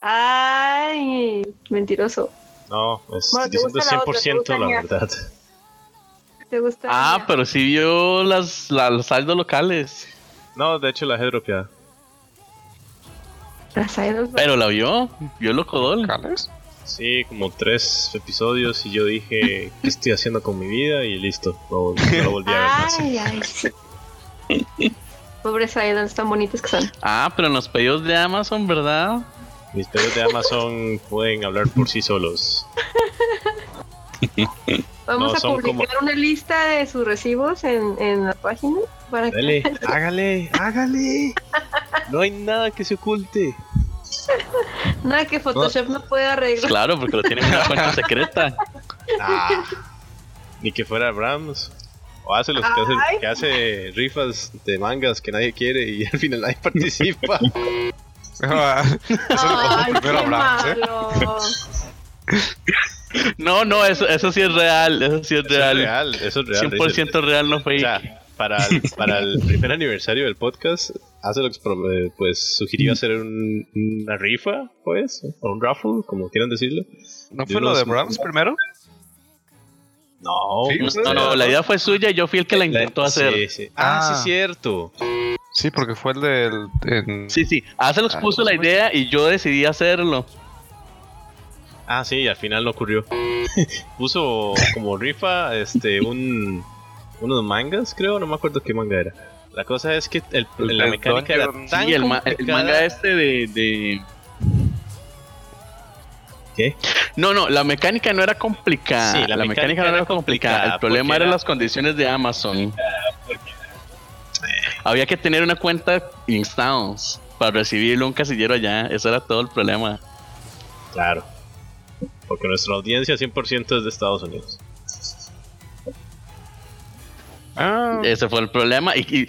C: Ay, mentiroso.
D: No, es
C: Bueno, te
D: diciendo
C: gusta la otra, te
D: 100% la,
C: gustaría.
D: verdad.
C: ¿Te gusta?
E: Ah, pero sí vio las, las, los saldos locales.
D: No, de hecho la he dropeado.
C: Las idols.
E: Pero la vio, vio el Locodol.
A: ¿Cales?
D: Sí, como tres episodios y yo dije, ¿qué estoy haciendo con mi vida? Y listo, no, no lo volví a ver más.
C: Ay, ay. sí. Pobres idols tan bonitos que son.
E: Ah, pero en los pedidos de Amazon, ¿verdad?
D: Mis pedidos de Amazon pueden hablar por sí solos.
C: Vamos
D: No,
C: a
D: son como-
C: publicar una lista de sus recibos en, en la página para
A: ¿Eh?
C: que
D: Dale, hágale, hágale. No hay nada que se oculte.
C: nada que Photoshop no pueda arreglar.
E: Pues Claro, porque lo tienen en una cuenta secreta.
D: Ah, ni que fuera Brahms. O hace los que hace,
C: Ay.
D: que hace rifas de mangas que nadie quiere y al final nadie participa.
A: Ah, Eso lo contó
C: Ay,
A: primero
C: qué
A: Abraham, ¿eh?
C: malo.
E: No, no, eso, eso sí es real, eso sí
D: Eso
E: es
D: es
E: real.
D: real, eso es real.
E: 100% real, no fue.
D: O sea, para el, para el primer aniversario del podcast, Azelox pro- eh, pues sugirió hacer un- una rifa, pues, o un raffle, como quieran decirlo.
A: ¿No
D: Yo
A: fue
D: no
A: lo de
D: sé.
A: Brahms primero?
D: No,
A: Sí,
D: pues,
E: no, no, la idea fue suya, yo fui el que
D: la-
E: la intentó hacer.
D: sí, sí. Ah, sí,
A: Ah.
D: cierto.
A: Sí, porque fue el del. en-
E: Sí, sí, hace los
A: Ah,
E: puso la
A: pues,
E: idea y yo decidí hacerlo.
D: Ah, sí, y al final no ocurrió. Puso como rifa este un unos mangas, creo, no me acuerdo qué manga era. La cosa es que el-
A: El
D: la
A: de
D: mecánica era
A: Dungeon-
D: tan
E: Sí, el, ma- el
D: complicada-
E: manga este de, de-
D: ¿Qué?
E: No, no, la mecánica no era complicada.
D: Sí,
E: la, mecánica, no era complicada.
D: complicada,
E: el problema
D: porque
E: eran
D: era-
E: las condiciones de Amazon. Había que tener una cuenta Instans para recibirlo un casillero allá. Eso era todo el problema.
D: Claro. Porque nuestra audiencia 100% es de Estados Unidos.
A: Ah,
E: Ese fue el problema. Y, y-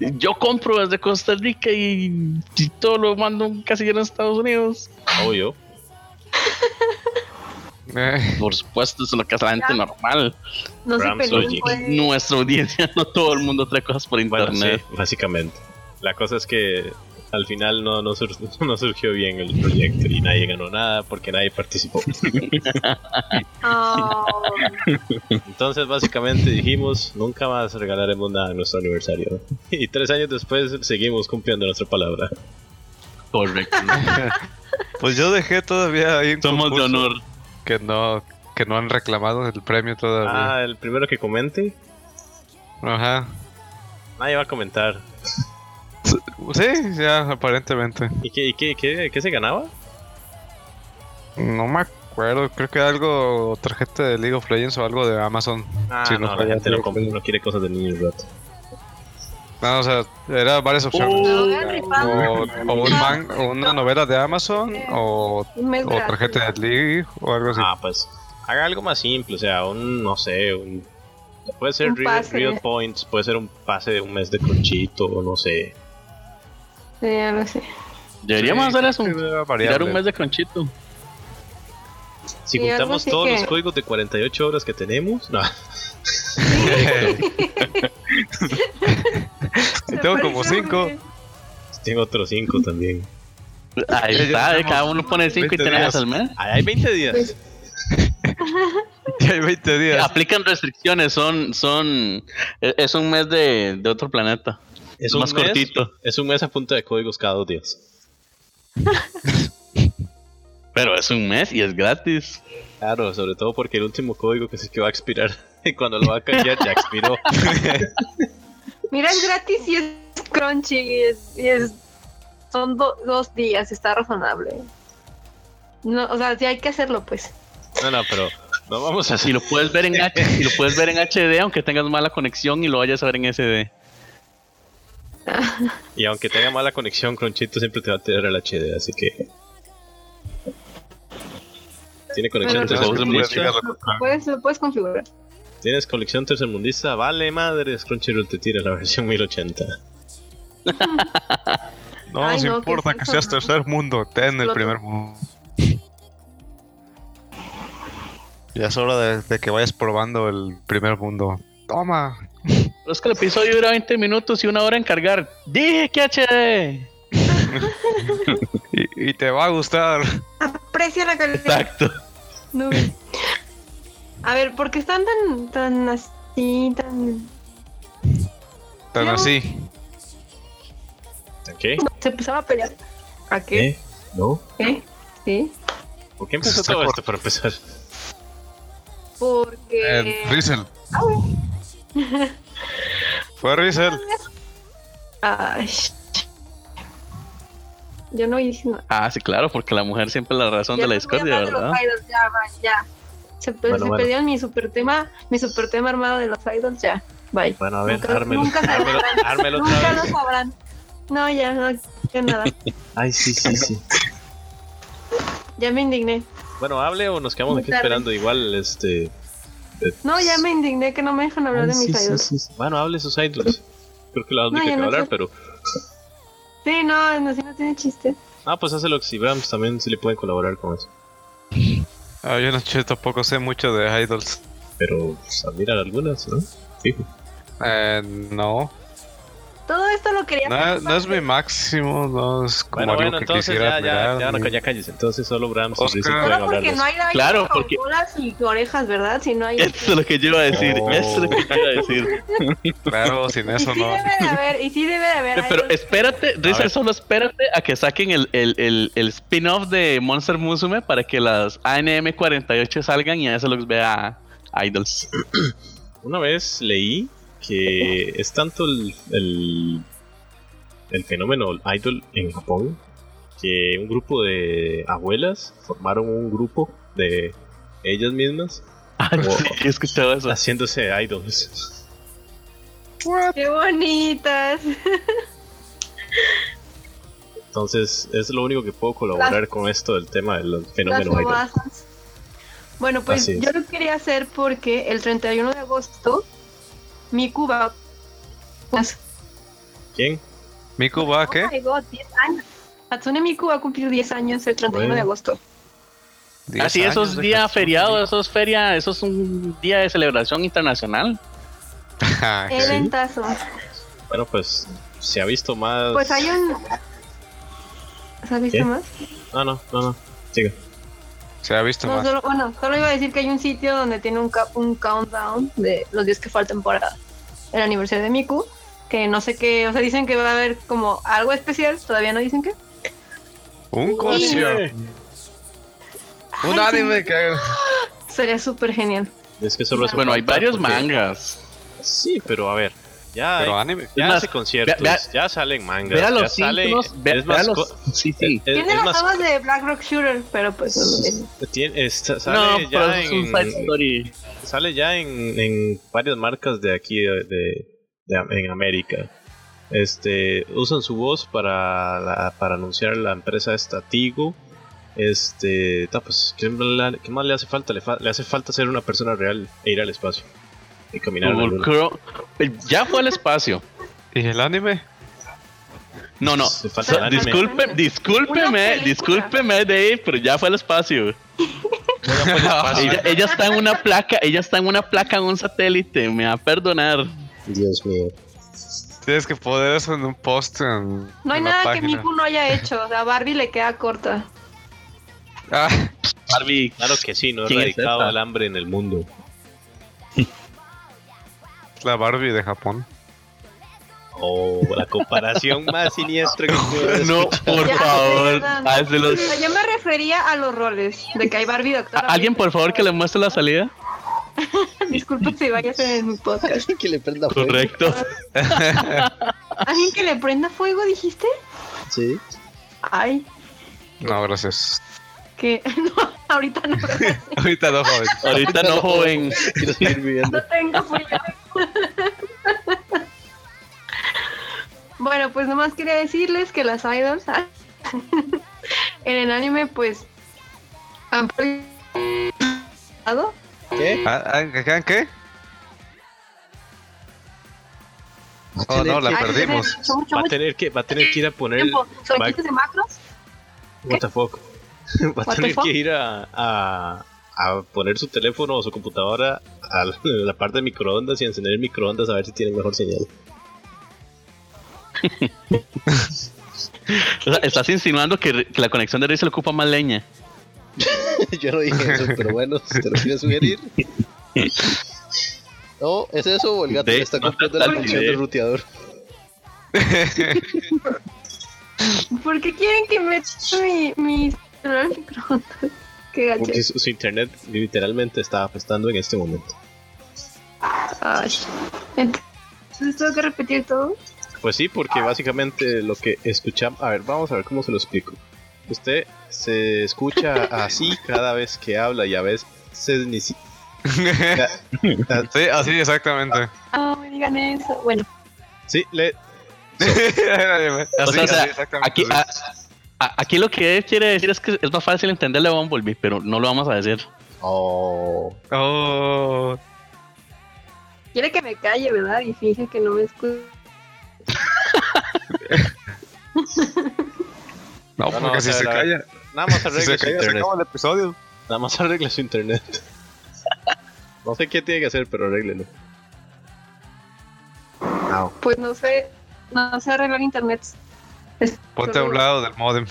E: y yo compro desde Costa Rica y, y todo lo mando casi en Estados Unidos.
D: obvio.
A: eh,
E: Por supuesto, eso es lo que hace la gente normal.
C: No se
D: Rams
C: peleen,
D: Logic.
C: pues.
E: Nuestra audiencia, no todo el mundo trae cosas por
D: Bueno, sí,
E: internet.
D: básicamente. La cosa es que al final no, no, sur- no surgió bien el proyecto y nadie ganó nada porque nadie participó.
C: Oh,
D: Entonces básicamente dijimos, nunca más regalaremos nada en nuestro aniversario. Y tres años después seguimos cumpliendo nuestra palabra.
E: Correcto.
A: pues yo dejé todavía ahí un
E: Somos de
A: concurso
E: honor.
A: Que no, que no han reclamado el premio todavía.
D: Ah, el primero que comente,
A: Ajá.
D: nadie va a comentar.
A: Sí, ya, aparentemente.
D: ¿Y qué, y qué, qué- qué se ganaba?
A: No me acuerdo, creo que algo, tarjeta de League of Legends o algo de Amazon.
D: Ah,
A: Sí,
D: no,
A: no,
D: la
A: ya
D: gente no,
A: creo
D: com-
A: que-
D: no quiere cosas del niño rato.
A: No, o sea, eran varias opciones.
C: lo hubieran rifado
A: o, o un man- o una novela de Amazon, o,
C: un mes
A: o
C: gratis.
A: tarjeta de League, o algo así.
D: Ah, pues haga algo más simple, o sea, un, no sé, un... Puede ser
C: Un
D: real,
C: pase.
D: real points, puede ser un pase de un mes de conchito, o no sé.
C: Sí, algo así.
E: Deberíamos
A: Sí,
E: hacer eso.
A: creo que era
E: Tirar
A: variable.
E: un mes de conchito.
D: Si
C: Y algo
D: juntamos
C: así
D: todos
C: que-
D: los códigos de 48 horas que tenemos, no,
A: Tengo como
C: Pareció
A: cinco.
C: muy bien.
D: tengo otros 5 también.
E: Ahí
A: Ya
E: está, eh,
A: llevamos
E: cada uno pone 5 y
A: 20
E: tenemos
A: días.
E: al mes.
D: Ah, Hay 20
C: Pues,
D: días.
A: Ya hay 20 días.
E: Aplican restricciones, son, son, e- es un mes de, de otro planeta.
D: Es un
E: más
D: mes,
E: cortito.
D: Es un mes a punta de códigos cada dos días.
E: Pero es un mes y es gratis.
D: Claro, sobre todo porque el último código que se que va a expirar, y cuando lo va a cambiar ya expiró.
C: Mira, es gratis y es crunchy y es... y es- son do- dos días, está razonable. No, o sea, sí hay que hacerlo, pues.
D: No, no, pero no vamos a
E: Y
D: hacer.
E: lo puedes ver en H, y lo puedes ver en HD aunque tengas mala conexión y lo vayas a ver en SD.
D: Y aunque tenga mala conexión, Cronchito siempre te va a tirar el HD, así que. Tiene conexión
A: Entonces,
C: Pero- Tenemos que
D: tercermundista.
A: modificarlo.
C: Puedes, lo puedes configurar.
D: Tienes conexión tercermundista. Vale, madres, Crunchyroll te tira la versión 1080.
A: No
C: Ay,
A: nos
C: no, qué
A: importa que
C: susto.
A: seas tercer mundo, ten el
C: Exploto.
A: primer mundo. Ya es hora de, de que vayas probando el primer mundo. Toma.
E: Pero es que el episodio dura 20 minutos y una hora en cargar. Dije que HD.
A: Y, y te va a gustar.
C: Aprecia la calidad.
E: Exacto.
C: Nubes. A ver, ¿por qué están tan, tan así, tan...
A: Tan
C: No.
A: así.
D: ¿Qué?
C: Se empezaron a pelear. ¿A qué?
D: ¿Qué? ¿Eh? ¿No?
C: ¿Qué? ¿Sí?
D: ¿Por qué empezó
A: Está
D: todo
A: por-
D: esto para empezar?
C: Porque...
A: Eh, Rizel. Fue Rizel.
C: Ay, sh- yo no hice nada.
E: Ah, sí, claro, porque la mujer siempre es la razón
C: Ya
E: de la
C: les voy a
E: discordia,
C: hablar de los
E: ¿verdad?
C: idols, ya, va, ya. Se, per-
D: Bueno,
C: se
D: bueno.
C: perdieron mi super tema, mi super tema armado de los idols, ya. Bye.
D: Bueno, a ver,
C: Nunca-
D: ármelo.
C: nunca se
D: ármelo, ármelo
C: Nunca
D: otra
C: lo
D: vez.
C: sabrán. No, ya, no, ya nada.
D: Ay, sí, sí, sí.
C: Ya me indigné.
D: Bueno, hable o nos quedamos
C: Muy
D: aquí
C: tarde.
D: esperando. Igual, este. eh,
C: No, ya me indigné que no me dejan hablar
D: Ay,
C: de mis
D: sí, sí,
C: idols.
D: sí, sí. Bueno, hable sus idols. Creo que la única
C: ya
D: que va
C: no
D: a hablar,
C: quiero.
D: pero.
C: Sí, no, no, sí, no tiene chiste.
D: Ah, pues hace lo que si Brams también sí le pueden colaborar con eso.
A: Ah, yo no yo tampoco sé mucho de Idols.
D: Pero pues, admirar algunas, ¿no? Fijo.
A: Eh, no.
C: Todo esto lo quería
A: no. No es mi máximo, no es como
D: Bueno,
A: algo
D: bueno,
A: que
D: entonces
A: quisiera
D: ya, ya,
A: admirar,
D: ya,
A: ni-
D: no, ya calles. Entonces solo Brams y
A: Oscar.
D: Rizzi
A: Solo
C: Solo
D: pueden hablar de
C: porque no
D: eso.
C: hay idols
E: Claro,
C: con
E: porque-
C: bolas y orejas, ¿verdad? Si no hay... este,
E: Eso es lo que yo iba a decir,
D: Oh.
E: eso es lo que yo iba a decir.
A: Claro, sin
C: Y
A: eso
C: sí
A: no.
C: debe de haber, y sí debe de haber.
E: Pero
C: idols.
E: espérate, Rizal,
D: ver.
E: solo espérate a que saquen el, el, el, el spin-off de Monster Musume para que las ANM48 salgan y a eso los vea Idols.
D: Una vez leí que es tanto el, el, el fenómeno idol en Japón que un grupo de abuelas formaron un grupo de ellas mismas
E: Ah,
D: Wow.
E: sí, he escuchado eso.
D: haciéndose idols.
C: Qué bonitas.
D: Entonces es lo único que puedo colaborar con esto del tema del
C: Las
D: fenómeno idol.
C: babazas. Bueno, pues
D: Así es.
C: yo lo quería hacer porque el 31 de agosto Miku va.
D: ¿Quién?
A: ¿Miku va a
C: Oh
A: qué?
C: my god, 10 años. Hatsune Miku va a cumplir 10 años el 31 de
D: Bueno.
C: agosto.
A: Diez
E: Así, esos
A: años de
E: días
A: Hatsune
E: feriados, esos ferias, eso es un día de celebración internacional.
A: Miku. Ah, ok.
C: Eventazo.
D: Bueno, pues se ha visto más.
C: Pues hay un. ¿Has visto
D: ¿Qué?
C: más?
D: No, Ah, no, no, no. Siga.
A: Se ha visto
C: No,
A: más.
C: solo, bueno, solo iba a decir que hay un sitio donde tiene un, ca- un countdown de los días que faltan para el aniversario de Miku. Que no sé qué, o sea, dicen que va a haber como algo especial, todavía no dicen qué.
A: Un concierto.
D: Eh,
A: Un
C: Ay,
A: anime que.
C: Sería súper genial.
D: Es que solo es
E: Bueno, hay varios
D: porque-
E: mangas.
D: Sí, pero a ver. Ya, hay-
A: Pero anime.
D: ya
E: Es más,
D: hace conciertos,
E: vea-
D: ya salen mangas, ya
E: Vea los
D: sale.
E: símbolos, vea,
D: es más,
E: vea los...
D: co-
E: Sí, sí.
D: es-
C: Tiene
D: es
C: las
D: más-
C: amas de Black Rock Shooter, pero pues.
D: s- tiene- está-
E: No,
D: sale,
E: pero
D: ya
E: es un
D: en,
E: side story.
D: sale ya en, en varias marcas de aquí de, de- de- en América. Este usan su voz para, la- para anunciar la empresa esta Tigo. Este, ta, pues, ¿qué, la- qué más le hace falta? Le, fa- le hace falta ser una persona real e ir al espacio y caminar a la
E: Google
D: luna.
E: Chrome- Eh, Ya fue al espacio.
A: ¿Y el anime?
E: No, no.
D: Le falta el anime.
E: Disculpe,
C: Una
E: discúlpeme,
C: película.
E: discúlpeme, Dave, pero ya fue al espacio. Ella, ella está en una placa, ella está en una placa en un satélite, me va a perdonar.
D: Dios mío.
A: Tienes que poner eso en un post. En,
C: No hay
A: en la
C: nada que
A: página.
C: Miku no haya hecho. O sea, a Barbie le queda corta.
A: Ah,
E: Barbie,
D: Claro que sí, no he
E: ¿Quién es
D: erradicado
E: esta?
D: el hambre en el mundo.
A: la Barbie de Japón.
D: Oh, la comparación más siniestra que puedo
E: no, por
C: Ya,
E: favor, Ah,
C: perdón.
E: házelo.
C: O sea, yo me refería a los roles, de que hay Barbie doctora.
E: ¿Alguien, por favor, que le muestre la salida?
C: Disculpa si vayas en mi podcast.
F: que le prenda fuego.
E: Correcto.
C: ¿Alguien que le prenda fuego, dijiste?
F: Sí.
C: Ay,
A: No, gracias.
C: que. No, ahorita no.
A: Ahorita no, joven.
E: Ahorita no, joven.
F: Quiero seguir viviendo.
C: No tengo frío. bueno, pues nomás quería decirles que las idols ah, en el anime, pues. han perdido-
F: ¿Qué?
A: Ah, ah, ¿Acá qué? Oh, no, la
F: Ay,
C: Ay,
A: perdimos.
C: mucho, mucho,
D: Va a
C: mucho
D: tener que, va a tener que ir a poner.
C: tiempo. ¿Son
D: va-
C: chistes de macros?
D: What the fuck. Va a
C: What the
D: tener
C: fuck?
D: que ir a, a, a poner su teléfono o su computadora a la, la parte de microondas y encender el microondas a ver si tiene mejor señal.
E: O sea, Estás insinuando que, que la conexión de Rey se le ocupa más leña.
F: Yo no dije eso, pero bueno, si te lo quiero sugerir. No, es eso o el gato
E: De-
F: le está cumpliendo la
E: de-
F: función del ruteador.
C: ¿Por qué quieren que meta mi, mi celular al microondas? Qué gacho.
D: Porque su, su internet literalmente está apestando en este momento.
C: Ay. Entonces tengo que repetir todo.
D: Pues sí, porque básicamente lo que escuchamos. A ver, vamos a ver cómo se lo explico. Usted se escucha así cada vez que habla y a veces ni si-
A: sí, así exactamente.
C: Ah, No me digan eso. Bueno,
D: Sí, le,
A: así,
E: sea, o sea,
A: así, exactamente.
E: Aquí, ah, a- a- aquí lo que él quiere decir es que es más fácil entenderle a Bumblebee, pero no lo vamos a decir.
D: Oh.
A: Oh,
C: quiere que me calle, ¿verdad? Y finge que no me escucha.
A: no,
D: No, no,
A: porque
D: o
A: si
D: sea,
A: se
D: la-
A: calla,
D: Nada más
A: si
D: arregla
A: se calla,
D: su
A: se
D: internet.
A: acaba el episodio.
D: Nada más arregla su internet. No sé qué tiene que hacer, pero arréglelo. Ah,
C: Pues no sé, no sé arreglar internet.
A: Ponte a un lado del modem.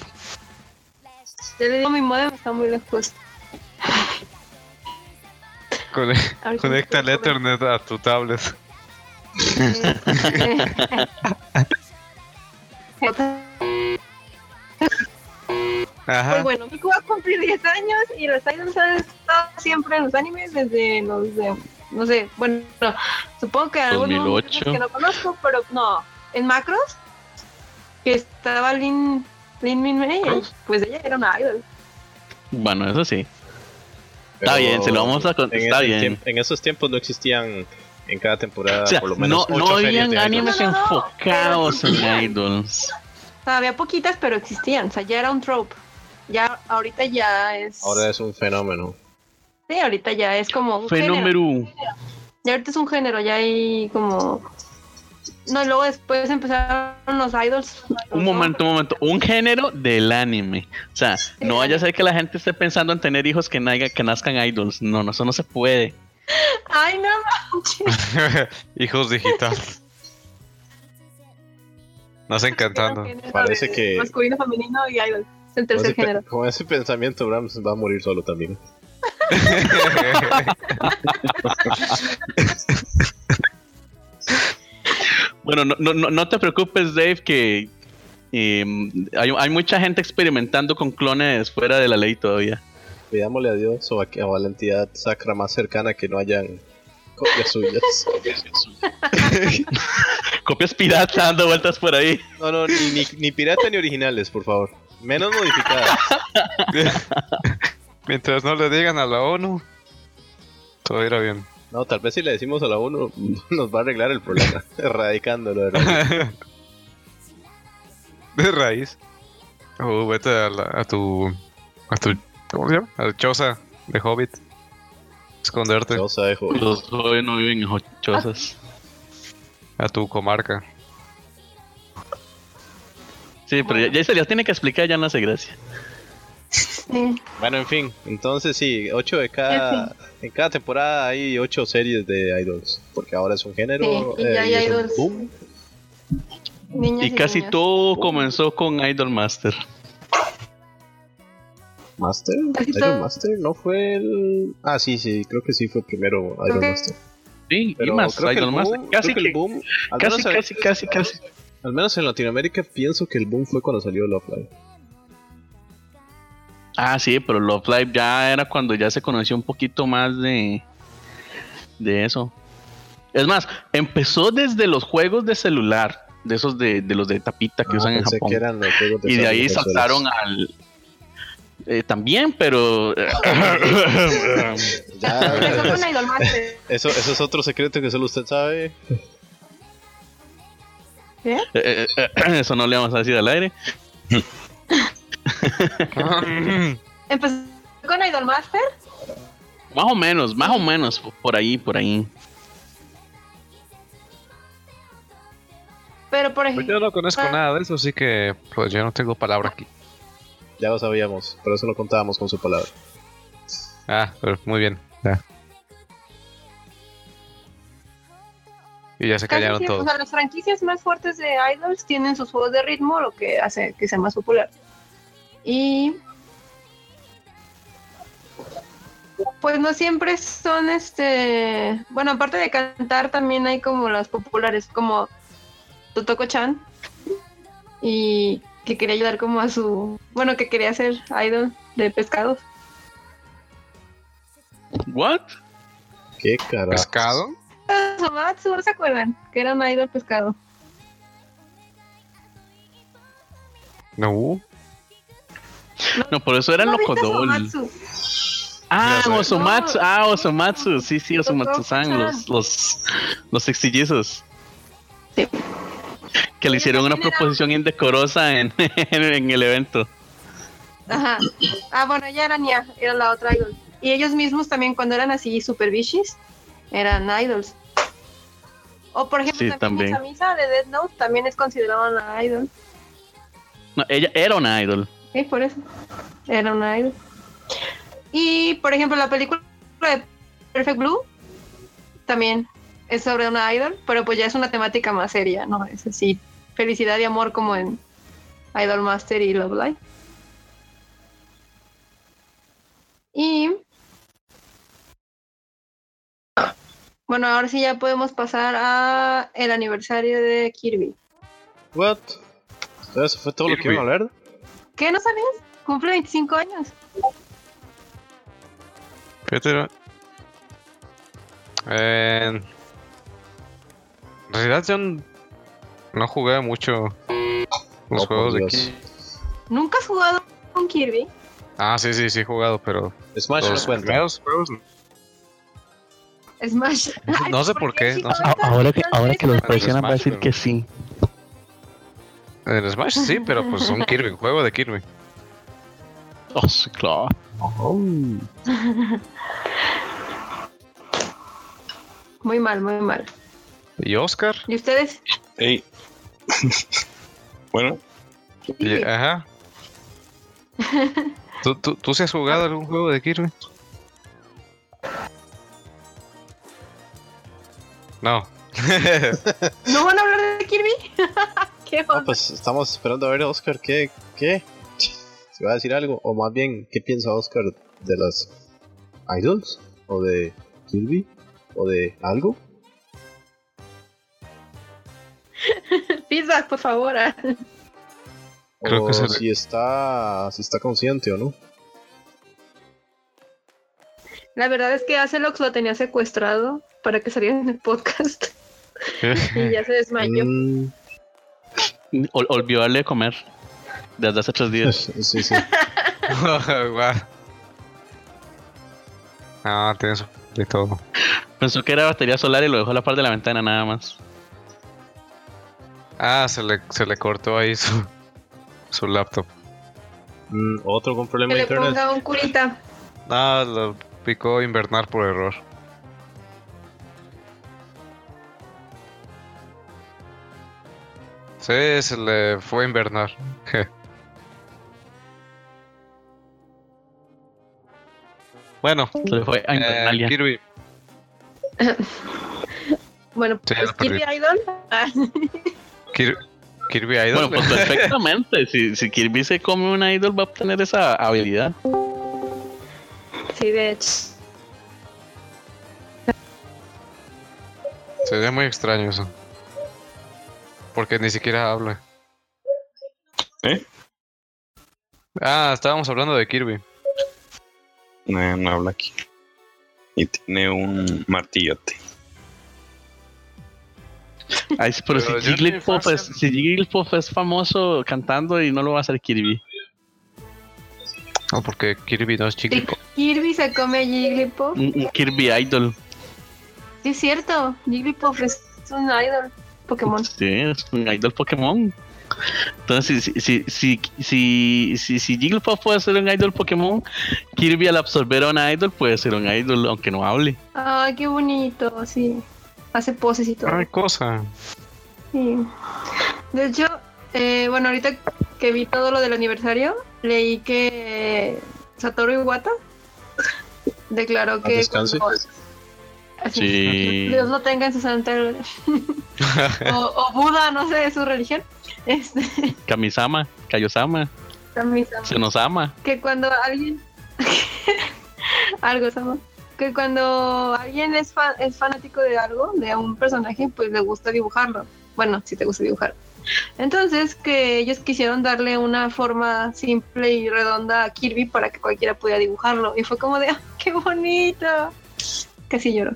C: Ya le digo, mi modem está muy lejos.
A: Con-
C: Ahorita
A: Conecta el
C: me-
A: Ethernet a tu tablet.
C: Pues
A: Ajá.
C: bueno, Miku va a cumplir 10 años y los idols han estado siempre en los animes desde los de, no sé, bueno, no, supongo que algunos
E: 2008.
C: que no conozco, pero no, en Macros, que estaba Lin, Lin Min Mei, pues ella era una idol.
E: Bueno, eso sí. Está bien, se lo vamos a con-
D: en
E: está
D: ese
E: bien.
D: tiemp- en esos tiempos no existían en cada temporada
E: O sea,
D: Ah, por lo
E: no,
D: menos
E: no
D: ocho series
E: habían
D: de anime.
E: animes
C: No, no, no,
E: enfocados
C: pero existían.
E: en idols.
C: O sea, había poquitas, pero existían, o sea, ya era un trope. Ya, ahorita ya es.
D: Ahora es un fenómeno.
C: Sí, ahorita ya es como. un género.
E: Fenómeno.
C: Ya ahorita es un género, ya hay como. No, y luego después empezaron los idols.
E: Un momento, un momento. Un género del anime. O sea, no vaya a ser que la gente esté pensando en tener hijos que, naiga- que nazcan idols. No, no, eso no se puede.
C: Ay, no manches.
A: Hijos digital. Nos encantando.
C: Género
D: Parece
C: de
D: que-
C: Masculino, femenino y idols. Es el
D: Con
C: tercer
D: ese, pe-
C: género.
D: con ese pensamiento, Brahms va a morir solo también.
E: Bueno, no, no, no- no te preocupes, Dave, que em, hay, hay mucha gente experimentando con clones fuera de la ley todavía.
D: Pidámosle a Dios o a, o a la entidad sacra más cercana que no hayan copias suyas.
E: Copias piratas dando vueltas por ahí.
D: No, no, ni, ni, ni pirata ni originales, por favor. Menos modificadas.
A: Mientras no le digan a la ONU, todo irá bien.
D: No, tal vez si le decimos a la 1 nos va a arreglar el problema, erradicándolo. de raíz.
A: De raíz. O vete a, la- a tu. a tu. ¿Cómo se llama? A tu choza de Hobbit. Esconderte.
D: No, o sea, dejo-
E: Los jóvenes no viven en hochosas.
A: A tu comarca.
E: Sí, pero ya, ya se las tiene que explicar, ya no hace gracia.
C: Sí.
D: Bueno, en fin, entonces sí, 8 de cada. En cada temporada hay 8 series de idols, porque ahora es un género. eh,
C: Sí, y ya hay
D: es un
C: idols.
D: boom.
C: Niños
E: Y casi
C: niñas.
E: todo comenzó con Idol Master.
D: ¿Master?
C: Casi
D: ¿Idol
C: todo.
D: Master? ¿No fue el.? Ah, sí, sí, creo que sí fue primero Idol
C: que-
D: Master.
E: Sí,
D: Pero
E: y más,
D: creo que el
E: Idol Master.
D: boom-
E: Casi,
D: creo que el
E: que-
D: boom. Al
E: casi,
D: menos, en-
E: casi, casi, casi.
D: al menos en Latinoamérica pienso que el boom fue cuando salió Love Live.
E: Ah, sí, pero Love Live ya era cuando ya se conoció un poquito más de, de eso. Es más, empezó desde los juegos de celular, de esos de, de los de tapita que
D: Ah,
E: usan en
D: pensé
E: Japón.
D: que eran los juegos
E: y de ahí
D: consolas.
E: saltaron al... eh, también, pero...
D: Ya,
C: Empezó con Idol Master.
D: Eso, eso es otro secreto que solo usted sabe.
E: Eh, eh, eh, Eso no le vamos a decir al aire.
C: Empezó con Idol Master.
E: Más o menos, más o menos, por ahí, por ahí.
C: Pero por
A: Pues
C: ejemplo.
A: yo no conozco nada de eso, así que pues yo no tengo palabra aquí.
D: Ya lo sabíamos, pero eso no contábamos con su palabra.
A: Ah, pero muy bien. ya. Y ya se
C: Casi
A: callaron
C: siempre,
A: todos.
C: O sea, las franquicias más fuertes de idols tienen sus juegos de ritmo, lo que hace que sea más popular. Y pues no siempre son este, bueno, aparte de cantar también hay como las populares como Totoko Chan y que quería ayudar como a su, bueno, que quería ser idol de pescados.
E: ¿What?
D: ¿Qué carajo?
A: ¿Pescado?
C: Somatsu, ¿no se acuerdan? Que era un idol pescado.
A: No.
E: No, por eso eran
C: ¿No
E: los
C: viste
E: Codol.
C: Somatsu?
E: Ah,
A: Ya sé.
E: Osomatsu, ah, Osomatsu, sí, sí,
C: Los
E: Osomatsu-san,
C: Tokusan.
E: los, los, los sextillizos.
C: Sí.
E: Que le
C: Ellos
E: hicieron una
C: también eran-
E: proposición indecorosa en, en, el evento.
C: Ajá. Ah, bueno, ella era Nia, era la otra idol. Y ellos mismos también, cuando eran así super vicious, eran idols. O por ejemplo,
E: Sí,
C: también,
E: también.
C: Samisa de Dead Note también es considerada una idol.
E: No, ella era una idol.
C: Sí, por eso. Era una idol. Y por ejemplo, la película de Perfect Blue también es sobre una idol, pero pues ya es una temática más seria, ¿no? Es así, felicidad y amor como en Idol Master y Love Live. Y bueno, ahora sí ya podemos pasar a el aniversario de Kirby.
D: What? ¿Eso fue todo lo que
A: Kirby.
D: iban a hablar?
C: ¿Qué no sabías? Cumple 25 años.
A: Fíjate. eh, en realidad yo n- no jugué mucho los
D: Oh, por
A: juegos de
D: Dios.
A: aquí.
C: ¿Nunca has jugado con Kirby?
A: Ah, sí, sí, sí he jugado, pero
D: Smash
A: los
D: no cuenta.
A: primeros juegos no.
C: Smash. Ay,
A: No sé por qué,
C: chico?
A: no sé.
C: Ahorita-
E: Ahora que, ahora que los
A: Pero es
E: presionan va a
A: Smash,
E: decir
A: pero-
E: que sí.
A: En Smash sí, pero pues un Kirby, un juego de Kirby.
E: Oh, sí, claro.
C: Muy mal, muy mal.
A: ¿Y Oscar?
C: ¿Y ustedes?
B: Ey. bueno,
A: Y- Ajá. ¿Tú, tú, tú sí has jugado algún juego de Kirby? No.
C: ¿No van a hablar de Kirby? ¿Qué
D: Ah,
C: onda?
D: pues estamos esperando a ver a Oscar qué, qué. Si va a decir algo, o más bien, ¿qué piensa Oscar de las idols? ¿O de Kirby? ¿O de algo?
C: Feedback, por favor. ah.
A: Creo
D: o
A: que se le-
D: si está, si está consciente o no.
C: La verdad es que Acelox lo tenía secuestrado para que saliera en el podcast
A: Eh,
C: y ya se desmayó.
D: Mm,
E: Ol- olvidó darle de comer desde hace tres días.
D: sí, sí.
A: Guau. No, tienes de todo.
E: Pensó que era batería solar y lo dejó a la par de la ventana nada más.
A: Ah, se le, se le cortó ahí su, su laptop.
D: Mm, otro con
C: Que
D: problema de
C: le
D: internet.
C: ponga un curita.
A: Ah, lo picó invernar por error. Sí, se le fue a invernar. bueno,
E: Se le fue a
A: eh,
E: Invernalia.
A: Kirby.
C: Bueno,
A: Sí, ya
C: pues
A: lo perdí.
C: Kirby Idol. Ah,
A: Kir- Kirby Idol.
E: Bueno, pues perfectamente. si, si Kirby se come un idol, va a obtener esa habilidad.
C: sí, de hecho.
A: Sería muy extraño eso. Porque ni siquiera habla.
B: ¿Eh?
A: Ah, estábamos hablando de Kirby.
B: no, no habla aquí. Y tiene un martillote.
E: Ay, sí, pero,
A: Pero
E: si
A: yo en mi
E: Jigglypuff, es,
A: infancia-
E: si Jigglypuff es famoso cantando y no lo va a hacer Kirby.
A: No, Ah, porque Kirby no es chiquito.
C: Kirby se come Jigglypuff.
E: Un, un Kirby idol.
C: Sí, es cierto. Jigglypuff es un idol Pokémon.
E: Sí, es un idol Pokémon. Entonces, si, si, si, si, si, si Jigglypuff puede ser un idol Pokémon, Kirby al absorber a un idol puede ser un idol, aunque no hable.
C: Ay, qué bonito, sí. Hace poses y todo.
A: Ay, cosa.
C: Sí. De hecho, eh, bueno, ahorita que vi todo lo del aniversario, leí que Satoru Iwata declaró que
D: descanse.
C: cuando- así,
E: Sí.
C: Dios lo tenga en su santa gloria. o, o Buda, no sé, de su religión. Este,
E: Kamisama, Kaiosama,
C: también se llama.
E: Senosama.
C: que cuando alguien algo Sama. que cuando alguien es, fa- es fanático de algo de un personaje pues le gusta dibujarlo bueno si te gusta dibujar entonces que ellos quisieron darle una forma simple y redonda a Kirby para que cualquiera pudiera dibujarlo y fue como de "Ah, qué bonito casi lloro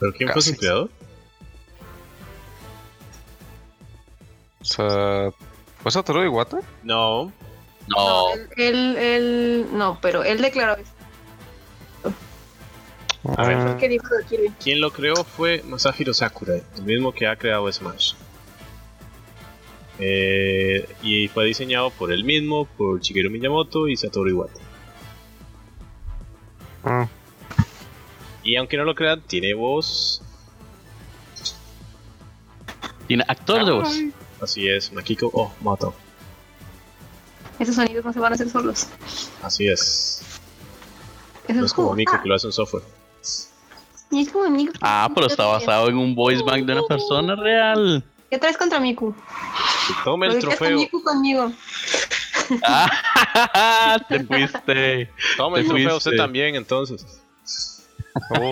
D: ¿Pero quién fue
A: Casi.
D: su creador?
A: O sea, ¿Pues Satoru Iwata?
D: No.
E: No,
C: él, él, él- no pero él declaró eso
D: A ver.
A: Ah,
C: que dijo de Kirby
D: Quien lo creó fue Masahiro Sakurai, el mismo que ha creado Smash. Eh, y fue diseñado por él mismo, por Shigeru Miyamoto y Satoru Iwata.
A: ah.
D: Y aunque no lo crean, tiene voz.
E: tiene actor de voz.
D: Así es, Makiko Oh Mato.
C: esos sonidos no se van a hacer solos
D: Así es.
C: eso
D: No es como Nico que lo hace un software.
C: Ah, Y es como Miku.
E: Ah, pero está basado en un voice bank de una persona real.
C: ¿Qué traes contra Miku?
D: Tome
C: Lo
D: el
C: dejaste
D: trofeo.
C: Miku conmigo.
E: Ah, te fuiste.
D: Tome el
E: Te
D: trofeo
E: fuiste.
D: usted también, entonces.
A: Oh,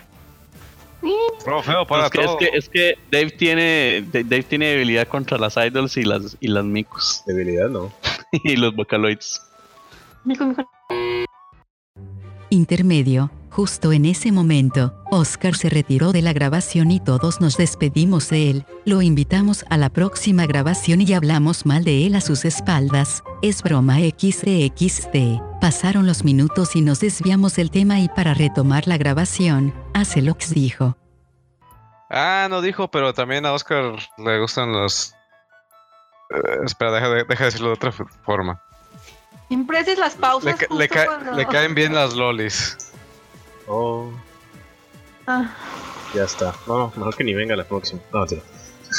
A: trofeo para
E: es, que, es
A: todo.
E: que- es que Dave tiene Dave- Dave tiene debilidad contra las idols y las y las micos
D: Debilidad, no.
E: y los vocaloids.
C: Miku, Miku.
G: Intermedio. Justo en ese momento, Oscar se retiró de la grabación y todos nos despedimos de él. Lo invitamos a la próxima grabación y hablamos mal de él a sus espaldas. Es broma XXT. Pasaron los minutos y nos desviamos del tema y para retomar la grabación, Acelox dijo.
A: Ah, no dijo, pero también a Oscar le gustan los. Eh, espera, deja de, deja de decirlo de otra f- forma.
C: Siempre haces las
A: Le,
C: pausas.
A: ca- le
C: justo
A: ca-
C: cuando-
A: le caen bien las lolis.
D: Oh.
C: Ah,
D: Ya está. No, no, mejor que ni venga la próxima. No, mentira.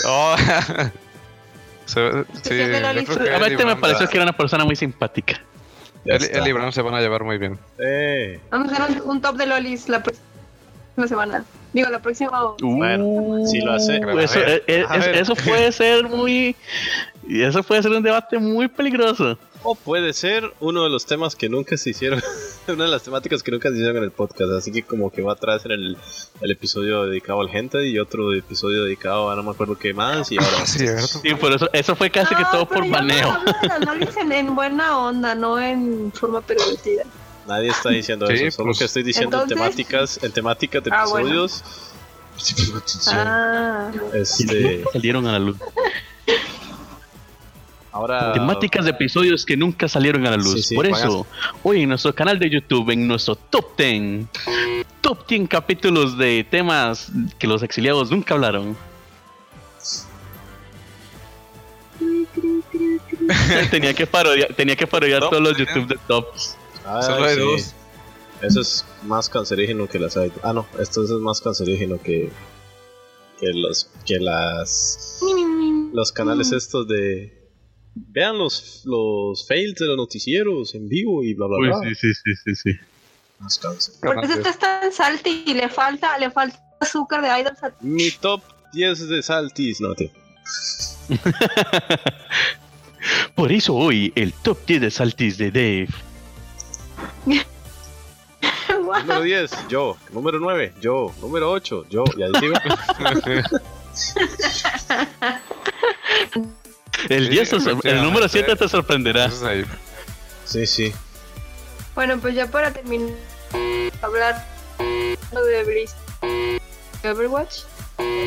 A: Oh, se- sí,
C: que es de la
A: yo creo
C: lista.
A: que él y
E: Realmente este me
A: Bram-
E: pareció que era una persona muy simpática.
D: Ya
A: él-
D: está.
A: él y Bram se van a llevar muy bien.
D: Eh,
C: vamos a hacer un, un top de lolis la próxima semana. Digo, la próxima.
D: Bueno, si lo hace-
E: Uh, Eso,
A: Uh, A ver,
E: eh,
A: a
E: es-
A: ver.
E: eso puede ser muy. y Eso puede ser un debate muy peligroso.
D: o puede ser uno de los temas que nunca se hicieron, una de las temáticas que nunca se hicieron en el podcast, así que como que va atrás en el, el episodio dedicado al gente y otro episodio dedicado a no me acuerdo qué más y ahora...
A: Sí, ¿cierto?
E: Sí, por eso, eso fue casi que
C: No,
E: todo
C: pero
E: por
C: yo hablo-
E: baneo.
C: hablo de las lolis en, en buena onda, no en forma pervertida.
D: Nadie está diciendo
A: Sí,
D: eso, solo
A: pues.
D: que estoy diciendo en
C: Entonces-
D: temáticas, en temáticas de
C: Ah, bueno.
D: episodios.
C: Ah,
D: Este,
E: Salieron a la luz.
D: ahora
E: Temáticas de episodios que nunca salieron a la luz.
D: Sí, sí, pues,
E: por
D: van a-
E: eso, hoy en nuestro canal de YouTube, en nuestro top 10, top 10 capítulos de temas que los exiliados nunca hablaron. tenía que parodiar, tenía que parodiar
A: Top
E: todos los
A: 10.
E: YouTube de tops.
D: Ay,
A: Solo hay
D: ah, sí.
A: dos.
D: Eso es más cancerígeno que las hay. Ah, no, esto es más cancerígeno que que los que las los canales
C: Mm.
D: estos de Vean los, los fails de los noticieros en vivo y bla bla bla.
E: sí, sí, sí, sí.
D: Más cáncer.
C: porque esto es tan salty y le falta, le falta azúcar de idols a
D: Mi top 10 de Saltis, no tío.
E: Por eso hoy el top 10 de saltis de Dave.
D: Número 10, yo. Número 9, yo. Número 8, yo. Y ahí sigo.
E: El,
A: Sí,
E: 10 te sor- el
A: efectivamente.
E: número 7 te sorprenderá.
A: Entonces ahí-
D: Sí, sí.
C: Bueno, pues ya para terminar hablar de Bliss Overwatch.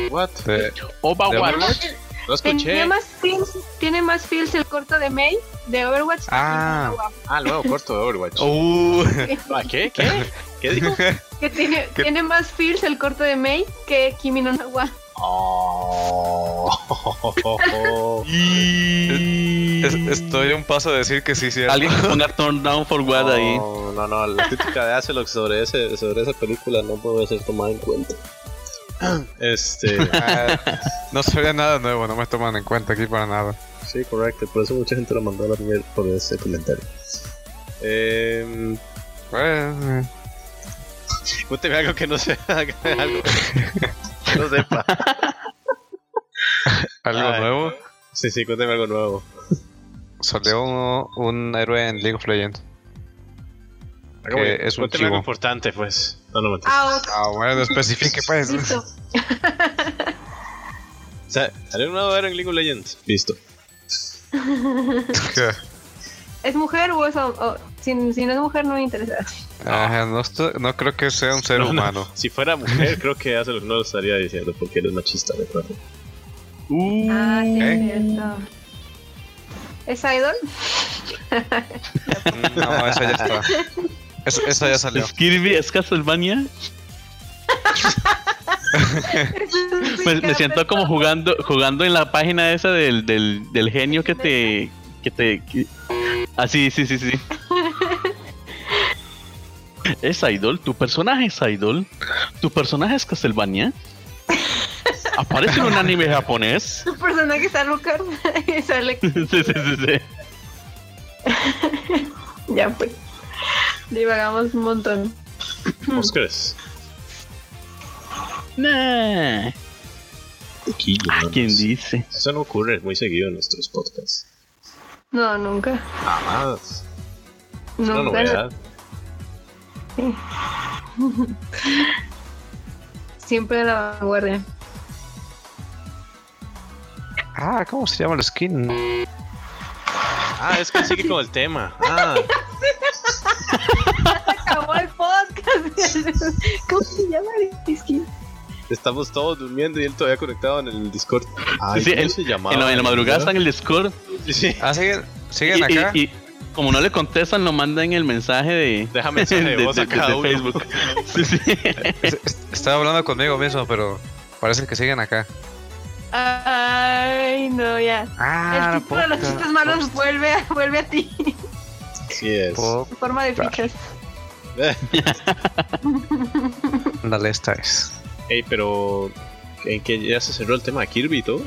D: What?
A: de-
E: Overwatch.
D: No
C: Tenía
D: escuché.
C: más feels, tiene más feels el corto de May de Overwatch.
A: Ah.
D: Ah, el nuevo corto de Overwatch.
E: Oh.
A: Uh,
D: Ah, ¿Qué? ¿Qué? ¿Qué dijo?
C: Que tiene, tiene más feels el corto de May que Kimi no Na wa.
D: Oh.
A: es- estoy a un paso de decir que sí, cierto.
E: Alguien que ponga Turn Down for What ahí.
D: No, no, no, la crítica de Acelok sobre, ese, sobre esa película no puede ser tomada en cuenta. Este,
A: Ah, no sería nada nuevo, no me toman en cuenta aquí para nada.
D: sí, correcto, por eso mucha gente lo mandó a la mierda por ese comentario. Eh,
A: Bueno,
D: Cuénteme algo que no sea algo que no sepa.
A: algo
D: Ay.
A: nuevo.
D: Sí, sí, cuénteme algo nuevo.
A: Salió un, un héroe en League of Legends. Que es un
D: Ah, cuénteme algo
A: chivo.
D: importante, pues. No, no, mentira.
C: Ah, ok,
A: Ah, bueno, especifique pues.
C: listo.
D: O sea, salió un nuevo héroe en League of Legends. Listo.
C: ¿Es mujer o es hom- o- si, si no es mujer no me interesa.
A: Ajá, no, estoy- no creo que sea un ser
D: No, no.
A: humano.
D: Si fuera mujer, creo que Acelok no lo estaría diciendo porque él es machista, recuerdo.
E: Uh,
C: Ah, sí,
A: ¿Eh?
C: es cierto. ¿Es idol?
A: No, esa ya está. Es- esa ya salió.
E: ¿Es Kirby? ¿Es Castlevania? Pues, Me, me siento como jugando jugando en la página esa del, del, del genio que te... Que te que- Ah, sí, sí, sí, sí. ¿Es Idol? ¿Tu personaje es Idol? ¿Tu personaje es Castlevania? ¿Aparece en un anime japonés?
C: Tu personaje está Lucas y sale.
E: Sí, sí, sí, sí.
C: Ya pues. Divagamos un montón. Hmm.
D: Oscars.
E: Nah. Ah, ¿Quién dice?
D: Eso no ocurre muy seguido en nuestros podcasts. Ah,
C: No, nunca.
D: Jamás. Es
C: Nunca.
D: una novedad.
C: Siempre a la vanguardia.
A: Ah, ¿cómo se llama el skin?
D: Ah, es que sigue con el tema. Ah,
C: Acabó el podcast. ¿Cómo se llama el skin?
D: estamos todos durmiendo y él todavía conectado en el Discord. Ay,
E: Sí, sí,
D: ¿cómo
E: él-
D: se llamaba?
E: En la, en la madrugada está en el Discord.
D: Sí, sí.
A: Ah, siguen, siguen
E: Y,
A: acá.
E: y- y como no le contestan, lo mandan el mensaje de,
D: Deja mensaje de voz a cada uno.
E: Facebook. Sí, sí.
A: Es- es- Estaba hablando conmigo mismo, pero parece que siguen acá.
C: Ay, no, ya.
A: Ah,
C: el título de los pues.
A: poca-
C: chistes malos vuelve, a- vuelve a ti.
D: Sí es.
A: po-
C: En forma de fichas.
A: Dale, esta es.
D: Ey, pero. ¿En que ya se cerró el tema de Kirby y todo?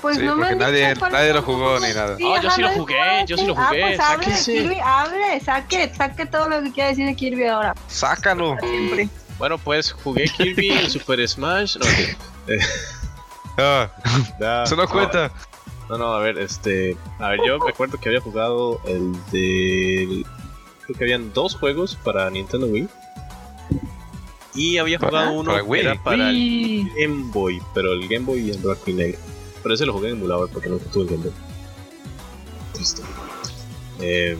C: Pues
A: Sí,
C: no me
A: porque
C: han dicho
A: nadie-
C: cuál
A: nadie
C: fue. pues
A: lo jugó ni nada.
C: Sí,
E: Ah, yo
C: ajá,
E: sí lo
C: nadie
E: jugué,
C: jugó,
E: yo sí lo jugué,
C: Ah, pues hable de
D: sáquese.
C: Kirby, hable, saque, saque todo lo que quiera decir de Kirby ahora.
A: Pues ¡Sácalo!
C: Siempre.
D: Bueno, pues jugué Kirby en Super Smash. No, ok.
A: Ah,
D: Da-
A: se lo
D: no,
A: cuenta.
D: No, no, a ver, este. A ver, yo recuerdo que había jugado el de. Creo que habían dos juegos para Nintendo Wii. Y había
A: Para-
D: jugado uno
A: para
D: que
A: Wii.
D: era para el Game Boy, pero el Game Boy y el blanco y negro. Pero ese lo jugué en emulador porque nunca tuve el Game Boy. Triste. Eh,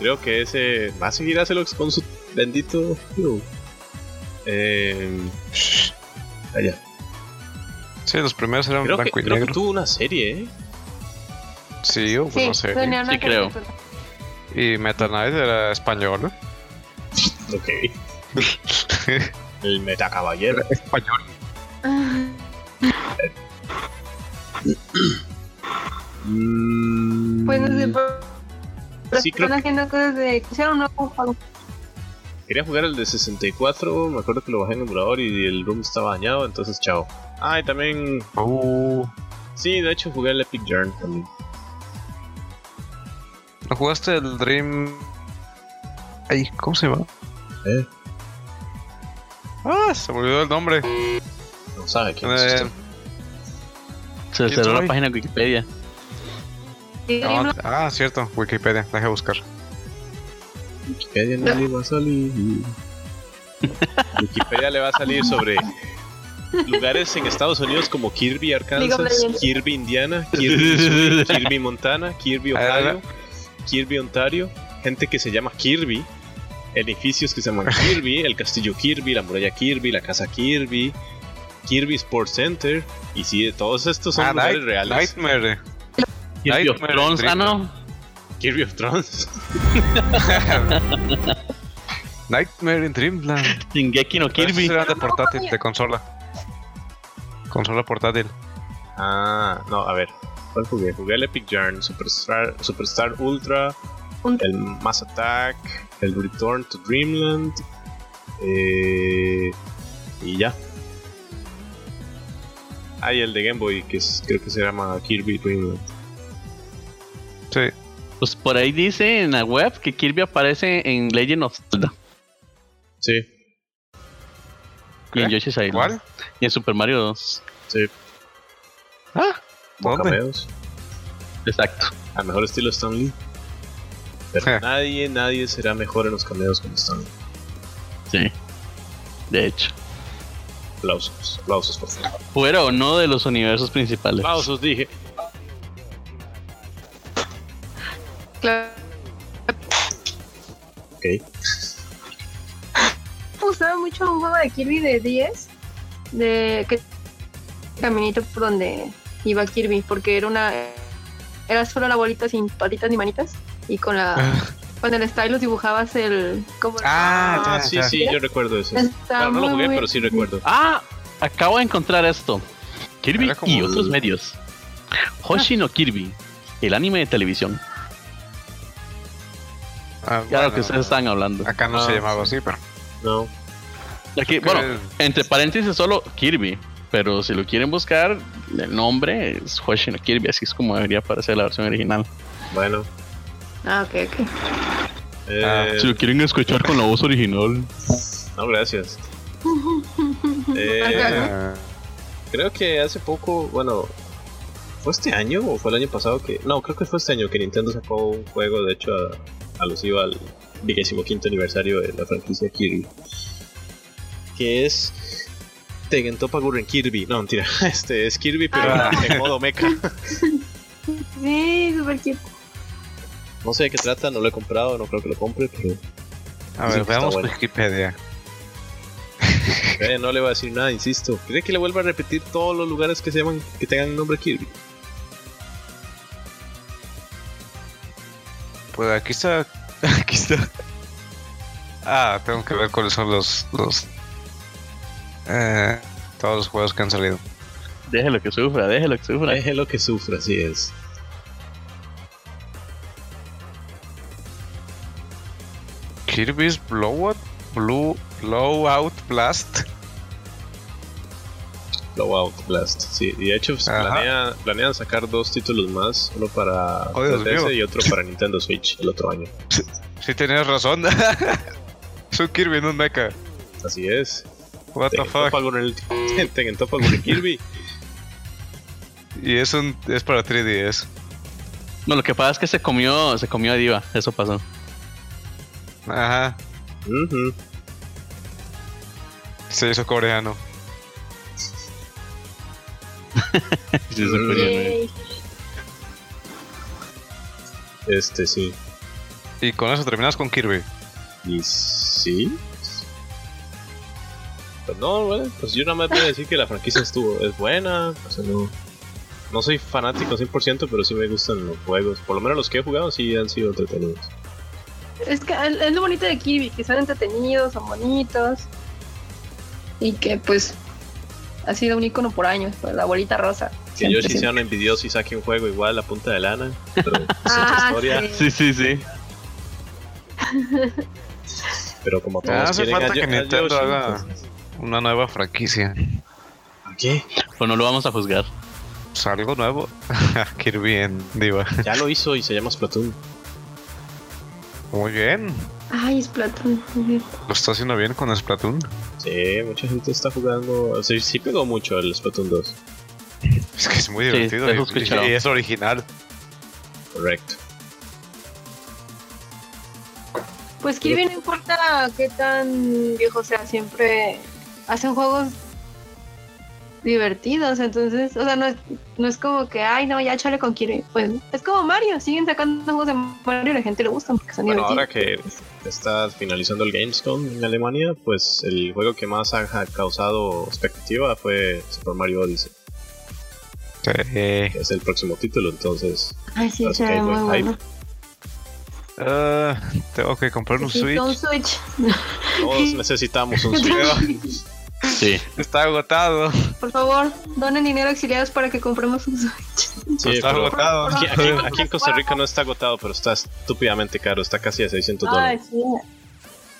D: creo que ese. Va a seguir Acelox con su bendito. Hero. Eh, allá.
A: Sí, los primeros eran
D: Creo, que,
A: blanco y
D: creo que
A: negro.
D: tuvo una serie, ¿eh?
A: Sí, yo pues,
C: Sí,
A: no sé.
C: tenía una
E: Sí, creo.
C: caricatura.
A: Y Meta Knight era español.
D: Ok. El metacaballero.
A: Español.
C: Pues no sé, pero- pero
D: Mm. Pues Sí, creo
C: están haciendo cosas de. Hicieron un nuevo juego.
D: Quería jugar el de 64, me acuerdo que lo bajé en el emulador y el room estaba dañado, entonces chao. Ah, y también... uh. Sí, de hecho jugué el Epic Yarn también.
A: ¿No jugaste el Dream? Ay, ¿cómo se llama?
D: ¿Eh?
A: Ah, se me olvidó el nombre.
D: No sabe quién es
A: Eh,
D: usted.
E: Se
A: ¿Quién
E: cerró la
A: soy?
E: página de Wikipedia.
C: Sí,
A: no, ah, cierto, Wikipedia, deja buscar.
D: Wikipedia no le va a salir. Wikipedia le va a salir sobre lugares en Estados Unidos como Kirby,
C: League of
D: Arkansas,
C: Legends.
D: Kirby, Indiana, Kirby, Missouri, Kirby, Montana, Kirby, Ohio, Kirby, Ontario, gente que se llama Kirby, edificios que se llaman Kirby, el castillo Kirby, la muralla Kirby, la casa Kirby, Kirby Sports Center, y sí, todos estos son
A: Ah,
D: lugares
A: Night-
D: reales.
A: Nightmare.
E: Kirby of
A: Nightmare
E: Thrones, ah,
A: Dream.
E: no.
D: Kirby of Thrones.
A: Nightmare in Dreamland.
E: Shingeki no
A: Kirby.
E: Kirby.
A: Era de portátil, de consola. Consola portátil.
D: Ah, no, a ver. ¿Cuál jugué? Jugué el Epic Yarn, Superstar, Superstar Ultra,
C: Ultra.
D: el Mass Attack, el Return to Dreamland. eh, y ya. Ah, y el de Game Boy, que es- creo que se llama Kirby Dreamland.
A: Sí.
E: Pues por ahí dice en la web que Kirby aparece en Legend of Zelda
D: Sí,
E: y en
A: ¿Qué?
E: Yoshi's Island.
A: ¿Cuál?
E: Y en Super Mario 2.
D: sí,
A: Ah, ¿dónde?
D: cameos.
E: Exacto.
D: Al mejor estilo Stan Lee. Pero
A: Ja.
D: nadie, nadie será mejor en los cameos como Stan Lee.
E: Sí. De hecho.
D: Aplausos, aplausos, por favor.
E: Fuera o no de los universos principales.
D: Aplausos, dije.
C: Claro.
D: Ok.
C: Me gustaba mucho un juego de Kirby de 10 de que caminito por donde iba Kirby porque era una era solo la bolita sin patitas ni manitas y con la con el stylus dibujabas el como
A: Ah,
D: Ah, sí,
A: ya.
D: sí, yo recuerdo eso.
C: está
D: Claro, no lo
C: muy,
D: jugué,
C: muy-
D: pero sí recuerdo.
E: Ah, acabo de encontrar esto. Kirby
A: Era como
E: y
A: el-
E: otros medios. Hoshi no Kirby, el anime de televisión.
A: Ah,
E: Claro
A: bueno,
E: que ustedes estaban hablando.
A: Acá no
D: Ah,
A: se llamaba así, pero.
D: No.
E: Aquí, bueno, entre paréntesis solo Kirby. Pero si lo quieren buscar, el nombre es Hoshi no Kirby, así es como debería aparecer la versión original.
D: Bueno.
C: ah ok ok
D: Eh,
A: Ah.
E: Si lo quieren escuchar con la voz original.
D: No, gracias.
C: Acá,
D: Eh,
C: acá.
A: eh,
D: creo que hace poco, bueno, ¿fue este año o fue el año pasado que.? No, creo que fue este año que Nintendo sacó un juego, de hecho, a- alusivo al vigésimo quinto aniversario de la franquicia Kirby. Que es. Tengen Toppa Gurren Kirby. No, mentira. Este es Kirby, pero
A: Ah.
D: en modo mecha.
C: sí super cute
D: No sé de qué trata, no lo he comprado, no creo que lo compre, pero.
A: A
D: sí,
A: ver,
D: está
A: veamos
D: bueno.
A: Wikipedia.
D: Eh, no le va a decir nada, insisto. ¿Cree que le vuelva a repetir todos los lugares que se llaman que tengan nombre Kirby?
A: Pues aquí está. Aquí está. Ah, tengo que ver cuáles son los. los eh, todos los juegos que han salido.
E: Déjelo que sufra, déjelo que sufra.
D: Es lo que sufre, así es.
A: Kirby's Blowout, Blue, Blowout Blast.
D: Blowout Blast. Sí, y de hecho pues,
A: Ajá.
D: planea- planean sacar dos títulos más, uno para
A: Oh, Dios
D: 3DS
A: mío.
D: y otro para Nintendo Switch el otro año.
A: Si tenías razón. es un Kirby en un mecha.
D: Así es.
A: What the
D: Tengen
A: fuck.
D: Toppa con el Tengen Toppa con el Kirby.
A: Y es un es para 3DS.
E: No, lo que pasa es que se comió, se comió a Diva, eso pasó.
A: Ajá.
D: Ujú.
A: Se hizo coreano.
B: Sí, se
D: Mm.
B: coreano.
C: Yay.
D: Este sí.
A: Y con eso terminas con Kirby.
D: ¿Y sí? Pues no, bueno, pues yo nada más voy a decir que la franquicia estuvo, es buena, o sea, no, no soy fanático 100%, pero sí me gustan los juegos, por lo menos los que he jugado sí han sido entretenidos.
C: Es que es es lo bonito de Kirby, que son entretenidos, son bonitos. Y que pues ha sido un icono por años, pues, la bolita rosa.
D: Que yo
C: Siempre,
D: sí sea
C: siempre.
D: un envidioso y saque un juego igual a punta de lana, pero pues es otra
C: Ah,
D: historia,
C: sí.
E: Sí, sí, sí.
D: pero como
A: Ah,
D: todos
A: hace
D: quieren
A: falta
D: a Yo-
A: que
D: a
A: Nintendo
D: Yoshi,
A: haga-
D: entonces-
A: Una nueva franquicia.
D: ¿Qué?
E: Pues no lo vamos a juzgar.
A: Pues algo nuevo. Kirby en Diva.
D: Ya lo hizo y se llama Splatoon.
A: Muy bien.
C: Ay, es Platón.
A: Lo está haciendo bien con Splatoon.
D: Sí, mucha gente está jugando, o sea, sí pegó mucho el Splatoon 2,
A: Es que es muy
E: Sí,
A: divertido.
E: eso
A: y-
E: he
A: y,
E: escuchado.
A: y es original.
D: correcto.
C: Pues Kirby no importa qué tan viejo sea, siempre hacen juegos divertidos, entonces, o sea, no es, no es como que, ay, no, ya chale con Kirby. Pues es como Mario, siguen sacando juegos de Mario y la gente le gustan porque son
D: Bueno, ahora
C: divertidos.
D: que está finalizando el Gamescom en Alemania, pues el juego que más ha ha causado expectativa fue Super Mario Odyssey,
A: Sí.
D: que es el próximo título, entonces
C: Ay, sí,
D: parece
C: se
D: que hay
C: ve muy
D: buen hype.
C: bueno.
A: Ah, tengo que comprar un
C: Sí, con
A: Switch.
C: Switch.
D: todos necesitamos un Switch.
E: Sí.
A: Está agotado.
C: Por favor, donen dinero a exiliados para que compremos un Switch.
D: Sí,
A: está
D: pero
A: agotado.
D: aquí, aquí- aquí en Costa Rica no está agotado, pero está estúpidamente caro, está casi a 600
C: Ay,
D: dólares.
C: Ah,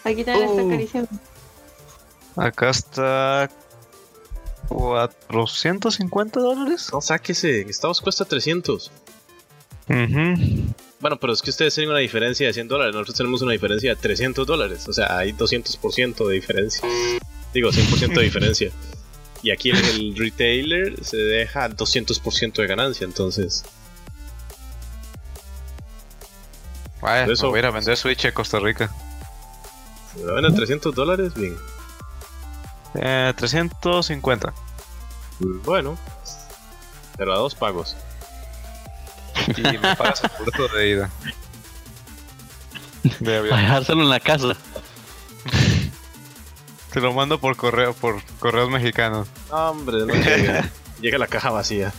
C: sí. Aquí también
A: Uh.
C: está carísimo.
A: Acá está 450 dólares.
D: No, sáquese, en Estados cuesta 300.
A: Ujú.
D: Bueno, pero es que ustedes tienen una diferencia de 100 dólares, nosotros tenemos una diferencia de 300 dólares, o sea, hay 200% de diferencia. Digo, 100% de diferencia. Y aquí el, el retailer se deja 200% de ganancia, entonces.
A: Vaya,
D: Eso-
A: me voy a ir a vender Switch a Costa Rica.
D: Si me lo venden a 300 dólares, bien.
A: Eh, 350.
D: Bueno, pero a dos pagos.
A: Y me pagas el puerto de ida. De
E: Para
A: avión.
E: dejárselo en la casa.
A: Te lo mando por correo, por correos mexicanos.
D: No, hombre, no llega. llega la caja vacía.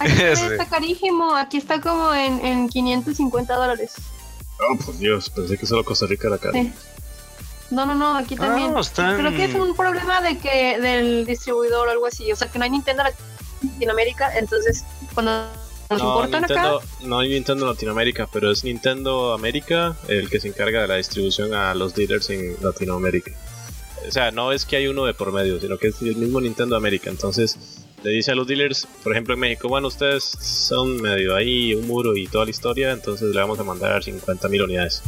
C: Aquí también
A: Sí.
C: está carísimo. Aquí está como en, en 550 dólares.
D: Oh, por Dios, pensé que solo Costa Rica era caro.
C: Sí. No, no, no, aquí
D: Ah,
C: también.
A: no, están-
C: Creo que es un problema de que del distribuidor o algo así. O sea, que no hay Nintendo en Latinoamérica. Entonces, cuando nos
D: No,
C: importan
D: Nintendo,
C: acá,
D: no hay Nintendo Latinoamérica, pero es Nintendo América el que se encarga de la distribución a los dealers en Latinoamérica. O sea, no es que hay uno de por medio, sino que es el mismo Nintendo América. Entonces, le dice a los dealers, por ejemplo en México, bueno, ustedes son medio ahí, un muro y toda la historia, entonces le vamos a mandar 50.000 unidades.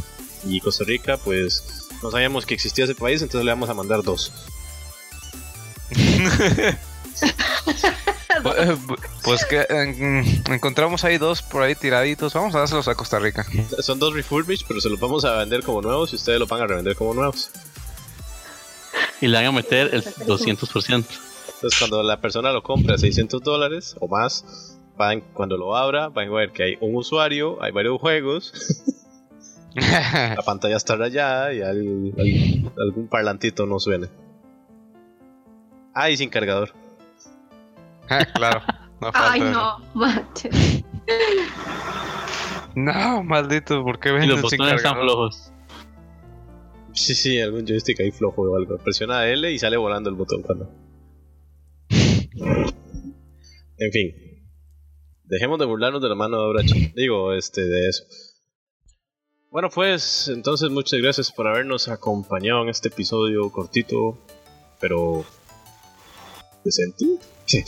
D: Y Costa Rica, pues, no sabíamos que existía ese país, entonces le vamos a mandar dos.
A: Eh, Pues que eh, encontramos ahí dos por ahí tiraditos. Vamos a dárselos a Costa Rica.
D: Son dos refurbished, pero se los vamos a vender como nuevos y ustedes los van a revender como nuevos.
E: Y le van a meter el 200%.
D: Entonces, cuando la persona lo compra a 600 dólares o más, va en- cuando lo abra, van a ver que hay un usuario, hay varios juegos, la pantalla está rayada y al- al- algún parlantito no suena. Ah, y sin cargador.
A: claro. No falta.
C: Ay, no, manches.
A: No, maldito, ¿por qué
E: Y los
A: venden sin
E: botones están
A: cargador?
E: flojos.
D: Sí, sí, algún joystick ahí flojo o algo. Presiona L y sale volando el botón cuando. En fin. Dejemos de burlarnos de la mano de obra, chi- Digo, este, de eso. Bueno, pues entonces muchas gracias por habernos acompañado en este episodio cortito, pero decente.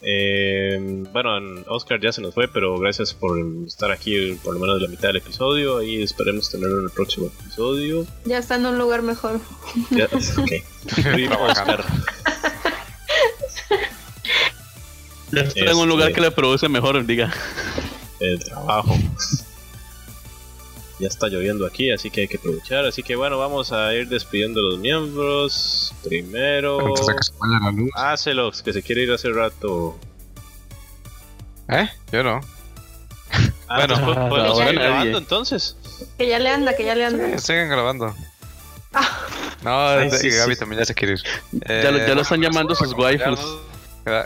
D: Eh, bueno, Oscar ya se nos fue, pero gracias por estar aquí por lo menos la mitad del episodio. Ahí esperemos tenerlo en el próximo episodio.
C: Ya está en un lugar mejor.
D: Ya, ok. Primo Oscar.
E: Ya está en un lugar que le produce mejor, diga.
D: El trabajo. Ya está lloviendo aquí, así que hay que aprovechar. Así que bueno, vamos a ir despidiendo a los miembros. Primero.
A: Antes de que se vaya la luz.
D: Acelox, que se quiere ir hace rato.
A: ¿Eh? Yo no.
D: Ah, bueno,
E: no,
D: pues, podemos
E: no,
D: seguir
E: no, nadie.
D: grabando entonces.
C: Que ya le anda, que ya le anda.
A: Eh, Sigan grabando. No,
D: Ay,
A: es de
D: sí,
A: que Gaby
D: sí.
A: también ya se quiere ir.
E: Ya, lo,
A: Eh,
E: ya lo están llamando sus waifus.
A: gra-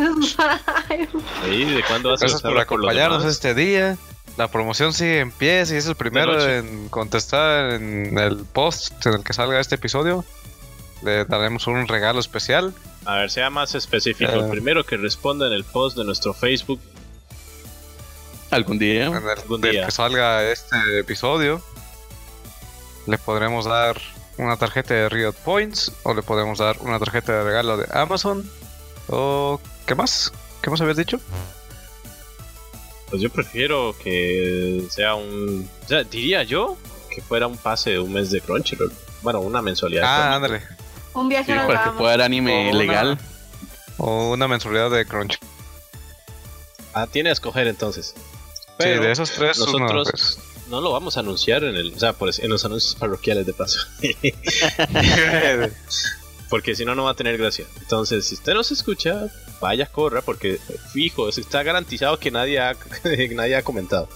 D: Ahí, ¿De cuándo vas a
A: Gracias por
D: empezar con los
A: acompañarnos
D: demás?
A: este día. La promoción sigue en pie. Si es el primero
D: noche.
A: en contestar en el post en el que salga este episodio, le daremos un regalo especial.
D: A ver, sea más específico.
A: Eh.
D: El primero que responda en el post de nuestro Facebook.
E: Algún
A: En
E: día.
A: el,
D: Algún
A: del
D: día.
A: que salga este episodio, le podremos dar una tarjeta de Riot Points o le podemos dar una tarjeta de regalo de Amazon. ¿O qué más? ¿Qué más habías dicho?
D: Pues yo prefiero que sea un. O sea, diría yo que fuera un pase de un mes de Crunchyroll. Bueno, una mensualidad.
A: Ah, ándale.
C: Un viaje
D: Sí,
C: a las
E: Para que
C: Bahamas.
E: pueda haber anime
A: O una-
E: legal.
A: O una mensualidad de Crunch.
D: Ah, tiene a escoger entonces.
A: Sí,
D: Pero
A: de esos tres, uno,
D: nosotros-
A: pues.
D: no lo vamos a anunciar en el, o sea, por es- en los anuncios parroquiales de paso. porque si no, no va a tener gracia. Entonces, si usted nos escucha, vaya, corra, porque eh, fijo, eso está garantizado que nadie ha, que nadie ha comentado.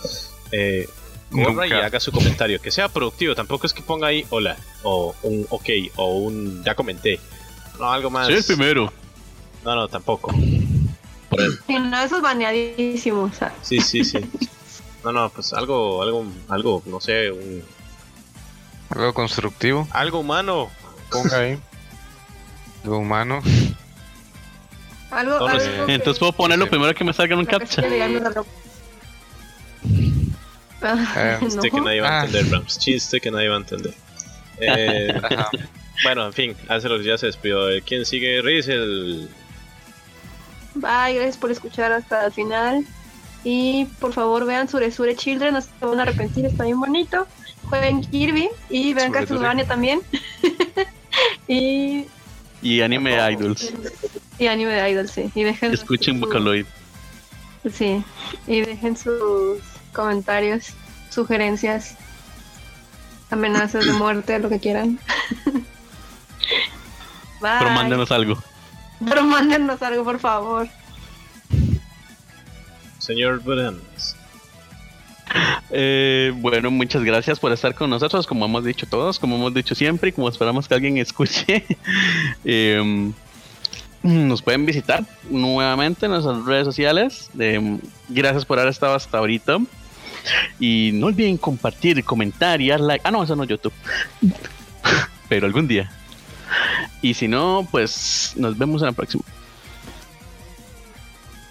D: Eh, corra y
A: Nunca.
D: haga su comentario, que sea productivo. Tampoco es que ponga ahí hola, o un ok, o un ya comenté. No, algo más.
E: Soy el primero.
D: No, no, tampoco.
C: Si no, eso es baneadísimo. O sea,
D: Sí, sí, sí. No, no, pues algo, algo, algo, no sé, un,
A: Algo constructivo.
D: algo humano.
A: Ponga ahí. Lo humano.
C: algo,
D: Todos los-
C: algo que-
E: Entonces puedo poner lo
A: Sí.
E: primero que me salga en un
C: la
E: captcha.
C: cajita de ganas de ropa. Ah,
A: Eh,
C: no.
D: Chiste que nadie va a
A: Ah.
D: entender, Rams. Chiste que nadie va a entender. Eh,
A: Ajá.
D: bueno, en fin, Acelos ya se despidió. Eh, ¿Quién sigue? Rizel.
C: Bye, gracias por escuchar hasta el final. Y por favor vean Suresure Children, no se van a arrepentir, está bien bonito. Jueguen Kirby y
A: Suresure.
C: vean Castlevania también. y,
E: Y anime idols.
C: y anime de Idol, sí. Y dejen
E: Escuchen
C: su-
E: Vocaloid.
C: Sí, y dejen sus comentarios, sugerencias, amenazas de muerte, lo que quieran. Bye.
E: Pero mándenos algo.
C: Pero mándenos algo, por favor.
D: Señor Brands.
E: Eh, bueno, muchas gracias por estar con nosotros, como hemos dicho todos, como hemos dicho siempre y como esperamos que alguien escuche. Em, nos pueden visitar nuevamente en nuestras redes sociales. Em, gracias por haber estado hasta ahorita. Y no olviden compartir, comentar y dar like. Ah, no, eso no es YouTube. Pero algún día. Y si no, pues nos vemos en la próxima.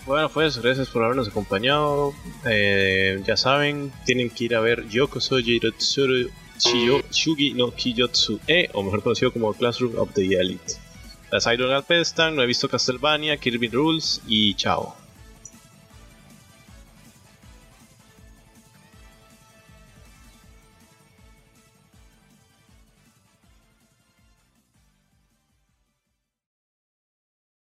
D: Bueno, pues gracias por habernos acompañado. Eh, ya saben, tienen que ir a ver Yoko Soji Rotsuru Chiyo- Shugi no Kiyotsu E, o mejor conocido como Classroom of the Elite. Las Idol Alpes están, no he visto Castlevania, Kirby Rules y chao.